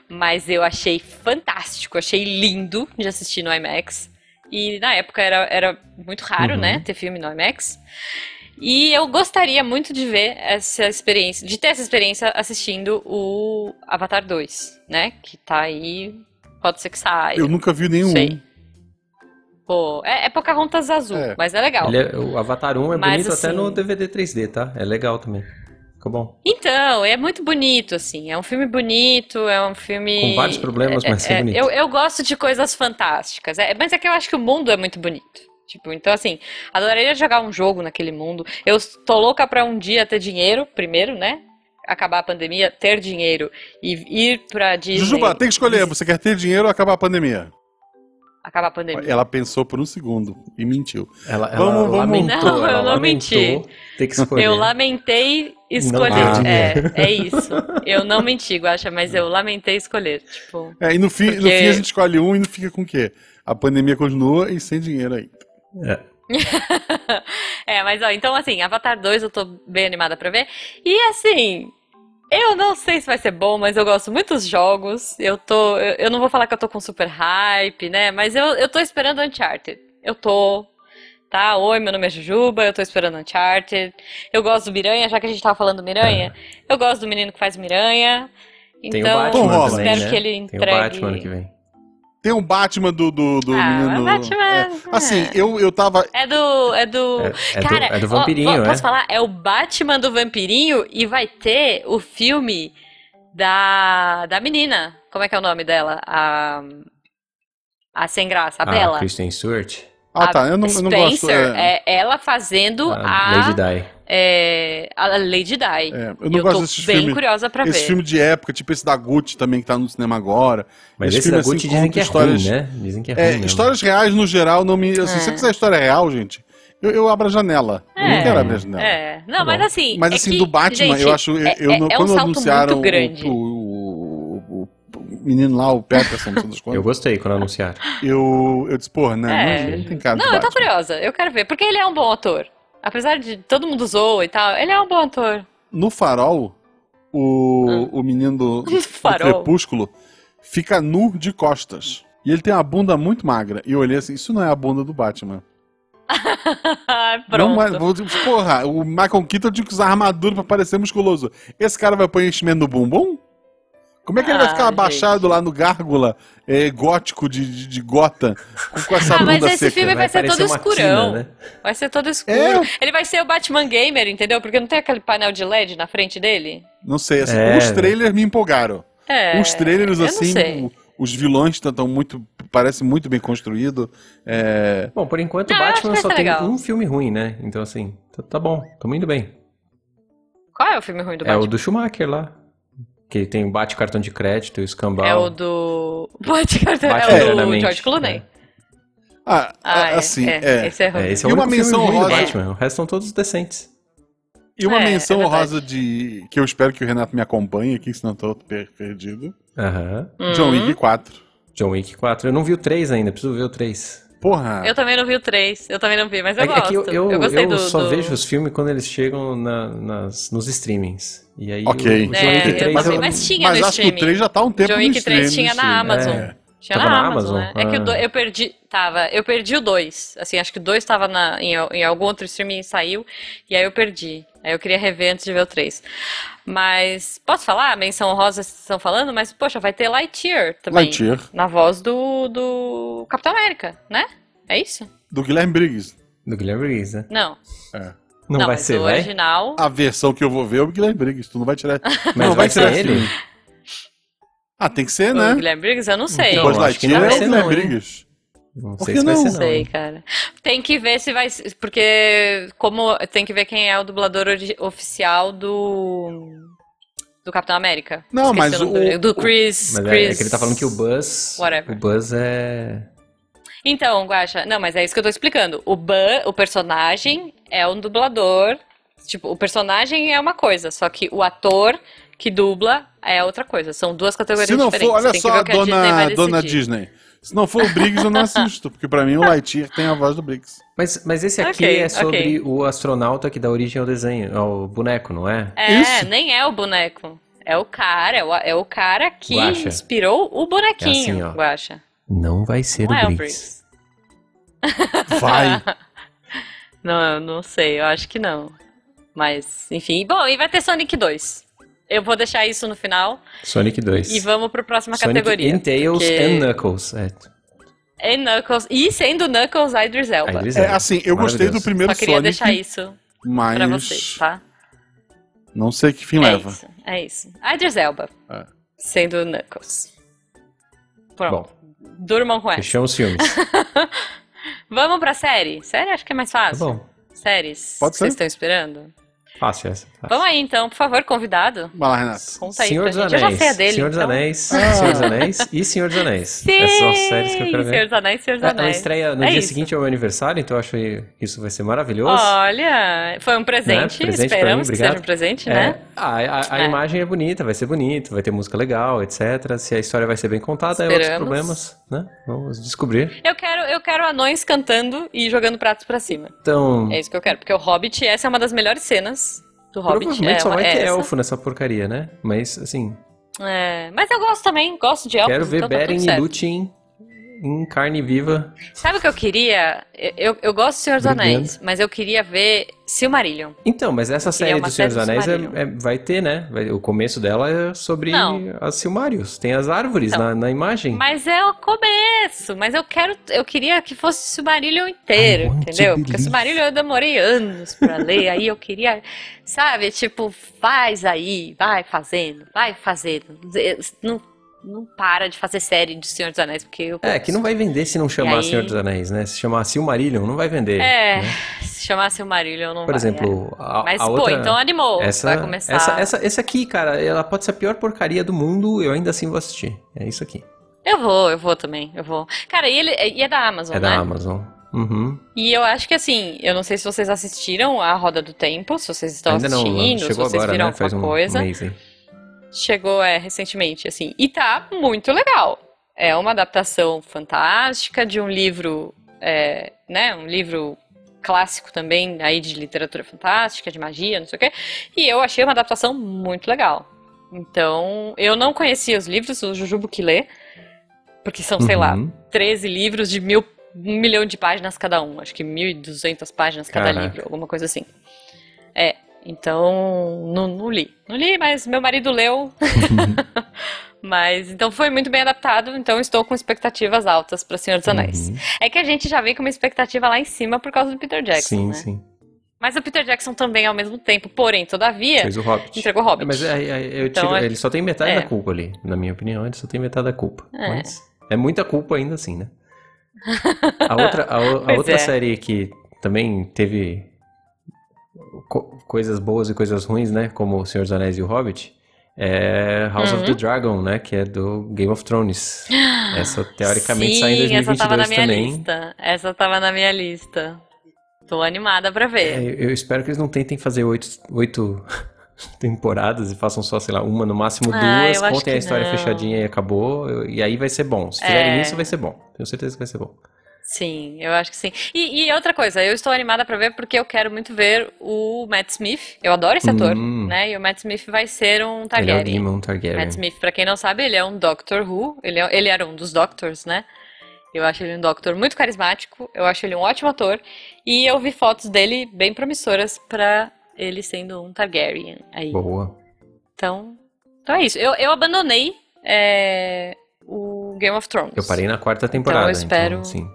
A: Mas eu achei fantástico, achei lindo de assistir no IMAX. E na época era, era muito raro,
C: Uhum.
A: né, ter filme no IMAX. E eu gostaria muito de ver essa experiência, de ter essa experiência assistindo o Avatar 2, né? Que tá aí, pode ser que saia.
B: Eu nunca vi
A: não
B: nenhum.
A: sei. Pô, é, é Pocahontas azul,
B: É.
A: mas é legal.
C: Ele é- o Avatar 1 é
A: Mas,
C: bonito até
A: assim-
C: no DVD 3D, tá? É legal também. Ficou bom.
A: Então, é muito bonito, assim. É um filme bonito, é um filme.
C: Com vários problemas,
A: É,
C: mas é
A: é,
C: bonito.
A: eu, eu gosto de coisas fantásticas. É, mas é que eu acho que o mundo é muito bonito. Tipo, então assim, adoraria jogar um jogo naquele mundo. Eu tô louca pra um dia ter dinheiro, primeiro, né? Acabar a pandemia, ter dinheiro e ir pra Disney.
B: Jujuba, tem que escolher. Você quer ter dinheiro ou acabar a pandemia?
A: Acabar a pandemia.
B: Ela pensou por um segundo e mentiu.
C: Ela, ela
B: Vamos- vamos-
C: lamentou,
A: Não,
C: ela
A: eu não
C: lamentou
A: menti.
C: ter que escolher.
A: Eu lamentei escolher.
B: Ah.
A: É, é isso. Eu não menti, Guaxa, mas eu lamentei escolher. Tipo.
B: É, e no fim, no
A: Porque-
B: fim a gente escolhe um e não fica com o quê? A pandemia continua e sem dinheiro aí.
C: É.
A: É, mas ó, então assim, Avatar 2 eu tô bem animada pra ver. E assim, eu não sei se vai ser bom, mas eu gosto muito dos jogos. Eu tô. Eu, eu não vou falar que eu tô com super hype, né? Mas eu, eu tô esperando Uncharted. Eu tô. Tá, oi, meu nome é Jujuba, eu tô esperando Uncharted. Eu gosto do Miranha, já que a gente tava falando do Miranha. Eu gosto do menino que faz Miranha.
C: É. Tem
A: Então,
C: o Batman
B: Bom,
C: também,
A: espero
C: né?
A: que ele
C: Tem o
A: entregue.
C: Batman ano que vem.
B: Tem um Batman do, do, do
A: Ah,
B: menino.
A: Batman.
B: É. Assim, eu, eu tava.
A: É do. É do.
C: É, é do-
A: Cara,
C: é do,
A: ó,
C: vampirinho,
A: po-
C: né?
A: posso falar? É o Batman do Vampirinho e vai ter o filme da, da menina. Como é que é o nome dela? A, a sem graça, a Bela.
C: Ah, Kristen Stewart.
B: Ah,
A: A
B: tá. Eu não, eu não gosto.
A: Spencer, é ela fazendo
C: a
A: a,
C: Lady Di.
A: é, a Lady Di.
B: é, eu
A: E
B: não gosto
A: tô
B: desses
A: bem
B: filmes.
A: curiosa pra
B: Esse
A: ver.
B: filme de época, tipo esse da Gucci também que tá no cinema agora.
C: Mas esse
B: filme,
C: da
B: assim,
C: Gucci dizem
B: conta
C: que é
B: histórias-
C: ruim, né? Dizem que é ruim
B: É,
C: mesmo.
B: histórias reais no geral não me.
A: É.
B: Assim, Se você quiser história real, gente, eu, eu abro a janela. Eu não
A: É,
B: quero abrir a janela.
A: É. Não,
C: Tá
A: mas
C: bom.
A: assim.
B: Mas
A: é
B: assim,
A: que,
B: do Batman,
A: gente,
B: eu acho. Eu,
A: é-
B: eu
A: é-
B: não-
A: é um
B: quando
A: salto muito
B: anunciaram o-
A: grande.
B: o, o- o- o menino lá, o Peterson, não sei das
C: Eu
B: quantas,
C: gostei quando anunciaram.
B: eu, eu disse, porra, não,
A: É.
B: não, não tem cara.
A: Não,
B: de
A: eu tô
B: Batman.
A: curiosa, eu quero ver. Porque ele é um bom ator. Apesar de todo mundo zoa e tal, ele é um bom ator.
B: No farol, o, o menino do, do
A: Ah. farol.
B: crepúsculo fica nu de costas. E ele tem uma bunda muito magra. E eu olhei assim, isso não é a bunda do Batman.
A: Pronto.
B: Não, mas, vou dizer, porra, o Michael Keaton tinha que usar armadura pra parecer musculoso. Esse cara vai pôr enchimento no bumbum? Como é que ele vai
A: Ah,
B: ficar abaixado lá no gárgula é, gótico de, de, de gota com, com essa
A: Ah, mas
B: bunda
A: esse
B: seca?
A: filme vai ser
C: parecer
A: todo
C: uma
A: escurão.
C: quina, né?
A: Vai ser todo escuro.
B: É.
A: Ele vai ser o Batman Gamer, entendeu? Porque não tem aquele painel de LED na frente dele.
B: Não sei, assim,
C: É.
B: os trailers me empolgaram.
A: É.
B: os trailers,
A: eu não
B: assim,
A: sei.
B: o- os vilões estão muito. Parece muito bem construído. É,
C: Bom, por enquanto o
A: Ah, acho que
C: Batman
A: vai
C: só
A: ser
C: tem
A: legal.
C: um filme ruim, né? Então assim, tá, tá bom, tamo indo bem.
A: Qual é o filme ruim do
C: é
A: Batman?
C: o do Schumacher lá. Que tem o bate cartão de crédito, o escambau.
A: É o do. Batman,
C: bate
A: é o do
C: eternamente,
A: George Clooney.
C: né?
B: ah,
A: Ah, é,
B: assim,
A: é,
B: é.
A: Esse é ruim.
C: É, esse é
B: E
C: o
B: uma
C: único filme
B: menção
C: ruim do
B: honrosa-
C: Batman. O resto são todos decentes.
B: E uma
A: É,
B: menção
A: é verdade.
B: honrosa de. que eu espero que o Renato me acompanhe aqui, senão eu tô per- perdido.
C: Aham.
A: Uhum. Hum.
B: John Wick 4.
C: John Wick 4. Eu não vi o 3 ainda, preciso ver o 3.
B: Porra!
A: Eu também não vi o 3. Eu também não vi, mas eu
C: é,
A: gosto.
C: é que eu, eu,
A: gostei
C: eu
A: do.
C: só
A: do-
C: vejo os filmes quando eles chegam na- nas, nos streamings. E aí
B: Ok.
C: o, o John
A: É,
C: Wick um-
A: eu
C: 3
A: também,
C: eu-
A: mas tinha
B: mas
A: no
B: acho que o
A: streaming.
B: 3 já tá há um tempo
A: John
B: no
A: Wick 3
B: streaming,
A: tinha
B: no
A: na
B: streaming.
A: Amazon.
C: É.
A: Tinha
C: Tava
A: na
C: na
A: Amazon, né?
C: Amazon,
A: É que o
C: ah.
A: do- eu perdi. Tava, eu perdi o 2. Assim, acho que o 2 tava na, em, al- em algum outro streaming e saiu. E aí eu perdi. Aí eu queria rever antes de ver o 3. Mas. Posso falar? Menção rosa vocês estão falando, mas, poxa, vai ter Lightyear também.
B: Lightyear.
A: Na voz do, do Capitão América, né? É isso?
B: Do Guilherme Briggs.
C: Do Guilherme Reeves, né?
A: Não.
B: É.
C: Não, vai
A: mas
C: ser, né?
A: o
C: vai?
A: original.
B: A versão que eu vou ver é o Guilherme Briggs. Tu não vai tirar.
C: Mas
B: não,
C: vai
B: tirar
C: ser
B: esse
C: ele?
B: filme. Ah, tem que ser,
A: O
B: né?
A: Guilherme Briggs, eu não sei.
C: Então,
B: Depois
C: acho que não
B: Lightyear é
C: vai
B: o
C: ser
B: Guilherme
C: não, hein?
B: Briggs.
C: Não
B: Por
C: sei
B: que
C: se vai
B: não?
C: ser
A: Não
C: não.
A: sei, cara. Tem que ver se vai. se- Porque. Como. Tem que ver quem é o dublador ori- oficial do. Do Capitão América.
B: Não,
A: Esqueci
B: mas
A: o nome dele.
B: o-
A: Do Chris.
C: Mas é,
A: Chris-
C: é que ele tá falando que o Buzz.
A: Whatever.
C: O Buzz é.
A: Então, Guaxa, não, mas é isso que eu tô explicando. O Ban, o personagem, é um dublador. Tipo, o personagem é uma coisa, só que o ator que dubla é outra coisa. São duas categorias
B: Se não for,
A: diferentes. Tem
B: olha
A: que
B: só
A: ver
B: a
A: o que a Disney
B: dona,
A: vai
B: dona
A: decidir.
B: Disney. Se não for o Briggs, eu não assisto, porque pra mim o Lightyear tem a voz do Briggs.
C: Mas, mas esse aqui
A: Ok,
C: é sobre
A: ok.
C: o astronauta que dá origem ao desenho, ao boneco, não é?
A: É,
B: Isso.
A: nem é o boneco. É o cara, é o, é o cara que
C: Guaxa.
A: inspirou o bonequinho,
C: É assim, ó.
A: Guaxa.
C: Não vai ser
A: Não
C: o
A: é o
C: Briggs.
A: Briggs.
B: Vai!
A: Não, eu não sei, eu acho que não. Mas, enfim. Bom, e vai ter Sonic 2. Eu vou deixar isso no final
C: Sonic 2.
A: e vamos para a próxima
C: Sonic
A: categoria.
C: and Tails
A: porque-
C: and Knuckles. É,
A: E Knuckles, e sendo Knuckles, a Idris Elba.
C: a Idris
B: É,
C: Elba.
B: assim, eu gostei do
C: Maravilhoso.
B: primeiro
A: Só queria
B: Sonic,
A: deixar isso
B: mas
A: para vocês, tá?
B: não sei que fim
A: É
B: leva.
A: isso, é isso. A Idris Elba,
B: É.
A: sendo Knuckles. Pronto,
C: Bom,
A: durmam com essa.
C: fechamos os filmes.
A: Vamos pra série. Série acho que é mais
C: Tá
A: fácil.
C: bom.
A: Séries.
B: Pode
A: que
B: ser.
A: Vocês estão esperando?
C: Fácil essa. fácil.
A: Vamos aí então, por favor, convidado.
B: Vai lá, Renato.
A: Conta aí
C: Senhor
A: pra
C: dos
A: gente.
C: Anéis.
A: Eu já sei a dele.
C: Senhor dos
A: então.
C: Anéis. Senhor dos Anéis e Senhor dos Anéis. Essas são as séries que eu quero
A: Sim,
C: ver.
A: Senhor dos Anéis, Senhor dos
C: Ela- Ela
A: Anéis.
C: estreia no
A: É
C: dia
A: isso.
C: seguinte ao meu aniversário, então eu acho que isso vai ser maravilhoso.
A: Olha, foi um presente.
C: Né? Presente pra
A: Esperamos
C: mim,
A: que seja um
C: obrigado.
A: presente,
C: É,
A: né?
C: A, a- a
A: É.
C: imagem é bonita, vai ser bonito, vai ter música legal, etc. Se a história vai ser bem contada, é outros
A: Esperamos.
C: problemas, né? Vamos descobrir.
A: Eu quero, eu quero anões cantando e jogando pratos pra cima.
C: Então,
A: É isso que eu quero, porque o Hobbit, essa é uma das melhores cenas do Hobbit.
C: provavelmente
A: é,
C: só vai
A: é
C: ter
A: essa.
C: elfo nessa porcaria, né? Mas, assim,
A: É, mas eu gosto também, gosto de elfos,
C: quero ver
A: então tá
C: Beren
A: tudo
C: e
A: certo.
C: Lúthien em carne viva.
A: Sabe o que eu queria? Eu- Eu, eu gosto do Senhor dos
C: Brilhando.
A: Anéis, mas eu queria ver Silmarillion.
C: Então, mas essa
A: Porque é
C: série
A: uma
C: do Senhor dos
A: série
C: Anéis é-
A: Silmarillion.
C: é- vai ter, né? Vai- o começo dela é sobre
A: Não.
C: as Silmários. Tem as árvores
A: Então.
C: na, na imagem.
A: Mas é o começo, mas eu quero, eu queria que fosse Silmarillion inteiro,
C: I want to
A: entendeu? Porque
C: believe.
A: Silmarillion eu demorei anos pra ler, aí eu queria, sabe, tipo, faz aí, vai fazendo, vai fazendo. Não, não para de fazer série do Senhor dos Anéis, porque eu
C: É, que não vai vender se não chamar
A: aí-
C: Senhor dos Anéis, né? Se chamar Silmarillion, não vai vender.
A: É,
C: né?
A: se chamasse o Marílio, não
C: Por
A: vai,
C: exemplo,
A: é.
C: a,
A: Mas,
C: a
A: pô,
C: outra...
A: então animou.
C: essa,
A: vai começar.
C: Essa, essa, essa aqui, cara, ela pode ser a pior porcaria do mundo, eu ainda assim vou assistir. É isso aqui.
A: Eu vou, eu vou também, eu vou. Cara, e, ele, e é da Amazon,
C: É
A: né?
C: da Amazon. Uhum.
A: E eu acho que assim, eu não sei se vocês assistiram a Roda do Tempo, se vocês estão
C: ainda não,
A: assistindo, se
C: chegou
A: vocês
C: agora,
A: viram
C: né? Faz um,
A: alguma
C: um
A: coisa.
C: mês aí.
A: Chegou, é, recentemente, assim. E tá muito legal. É uma adaptação fantástica de um livro, é, né? Um livro clássico também, aí de literatura fantástica, de magia, não sei o quê. E eu achei uma adaptação muito legal. Então, eu não conhecia os livros, o Jujubo que lê, porque são, Então, sei lá,
C: Uhum.
A: 13 livros de mil, um milhão de páginas cada um. Acho que 1.200 páginas cada
C: Caraca.
A: livro, alguma coisa assim. É, então, não, não li. Não li, mas meu marido leu. mas, então foi muito bem adaptado, então estou com expectativas altas para Senhor dos Anéis.
C: Uhum.
A: É que a gente já vem com uma expectativa lá em cima por causa do Peter Jackson,
C: sim,
A: né?
C: sim.
A: Mas o Peter Jackson também, ao mesmo tempo, porém, todavia,
C: Fez o Hobbit.
A: entregou Hobbit.
C: É, Mas aí- aí eu
A: Então,
C: tiro-
A: é-
C: ele só tem metade
A: é.
C: da culpa ali. Na minha opinião, ele só tem metade da culpa.
A: É.
C: Mas é muita culpa ainda assim, né? A outra, a, o- a
A: Pois
C: outra
A: é.
C: série que também teve co- coisas boas e coisas ruins, né? Como O Senhor dos Anéis e o Hobbit. É House of
A: Uhum.
C: the Dragon, né? Que é do Game of Thrones. Essa teoricamente
A: Sim,
C: sai em
A: essa tava na
C: 2022
A: minha
C: também.
A: lista. Essa tava na minha lista. Tô animada pra
C: É,
A: ver.
C: eu- eu espero que eles não tentem fazer oito, oito temporadas e façam só, sei lá, uma, no máximo
A: Ah,
C: duas,
A: eu acho
C: contem a
A: que
C: história
A: não.
C: fechadinha e acabou, eu- e aí vai ser bom. Se fizerem
A: É.
C: isso, vai ser bom. Tenho certeza que vai ser bom.
A: Sim, eu acho que sim. E, e outra coisa, eu estou animada pra ver porque eu quero muito ver o Matt Smith. Eu adoro esse ator,
C: Hum.
A: né? E o Matt Smith vai ser um
C: Ele é o
A: Targaryen.
C: Demon
A: Matt
C: Targaryen.
A: Smith, pra quem não sabe, ele é um Doctor Who. Ele, é- ele era um dos Doctors, né? Eu acho ele um Doctor muito carismático. Eu acho ele um ótimo ator. E eu vi fotos dele bem promissoras pra ele sendo um Targaryen aí.
C: Boa.
A: Então, então é isso. Eu, eu abandonei é, o Game of Thrones.
C: Eu parei na quarta temporada, então,
A: espero-
C: sim.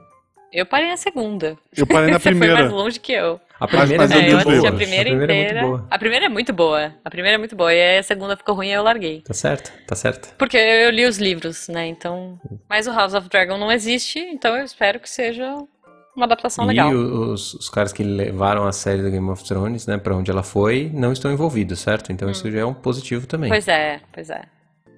A: Eu parei na segunda.
B: Eu
C: É
B: parei na
A: Você foi mais um.
B: primeira.
A: longe que eu.
C: A primeira
B: mas
C: é,
A: É,
B: eu
A: eu
C: muito
B: assisti
A: assisti
C: boa.
A: a primeira
C: é
A: inteira.
C: muito boa.
A: A primeira é muito boa. A primeira é muito boa. E aí a segunda ficou ruim e eu larguei.
C: Tá certo, tá certo.
A: Porque eu li os livros, né? Então. Mas o House of Dragon não existe, então eu espero que seja uma adaptação
C: e
A: legal.
C: o- os, os caras que levaram a série do Game of Thrones, né, pra onde ela foi, não estão envolvidos, certo? Então isso já é um positivo também.
A: Hum. Pois é, pois é.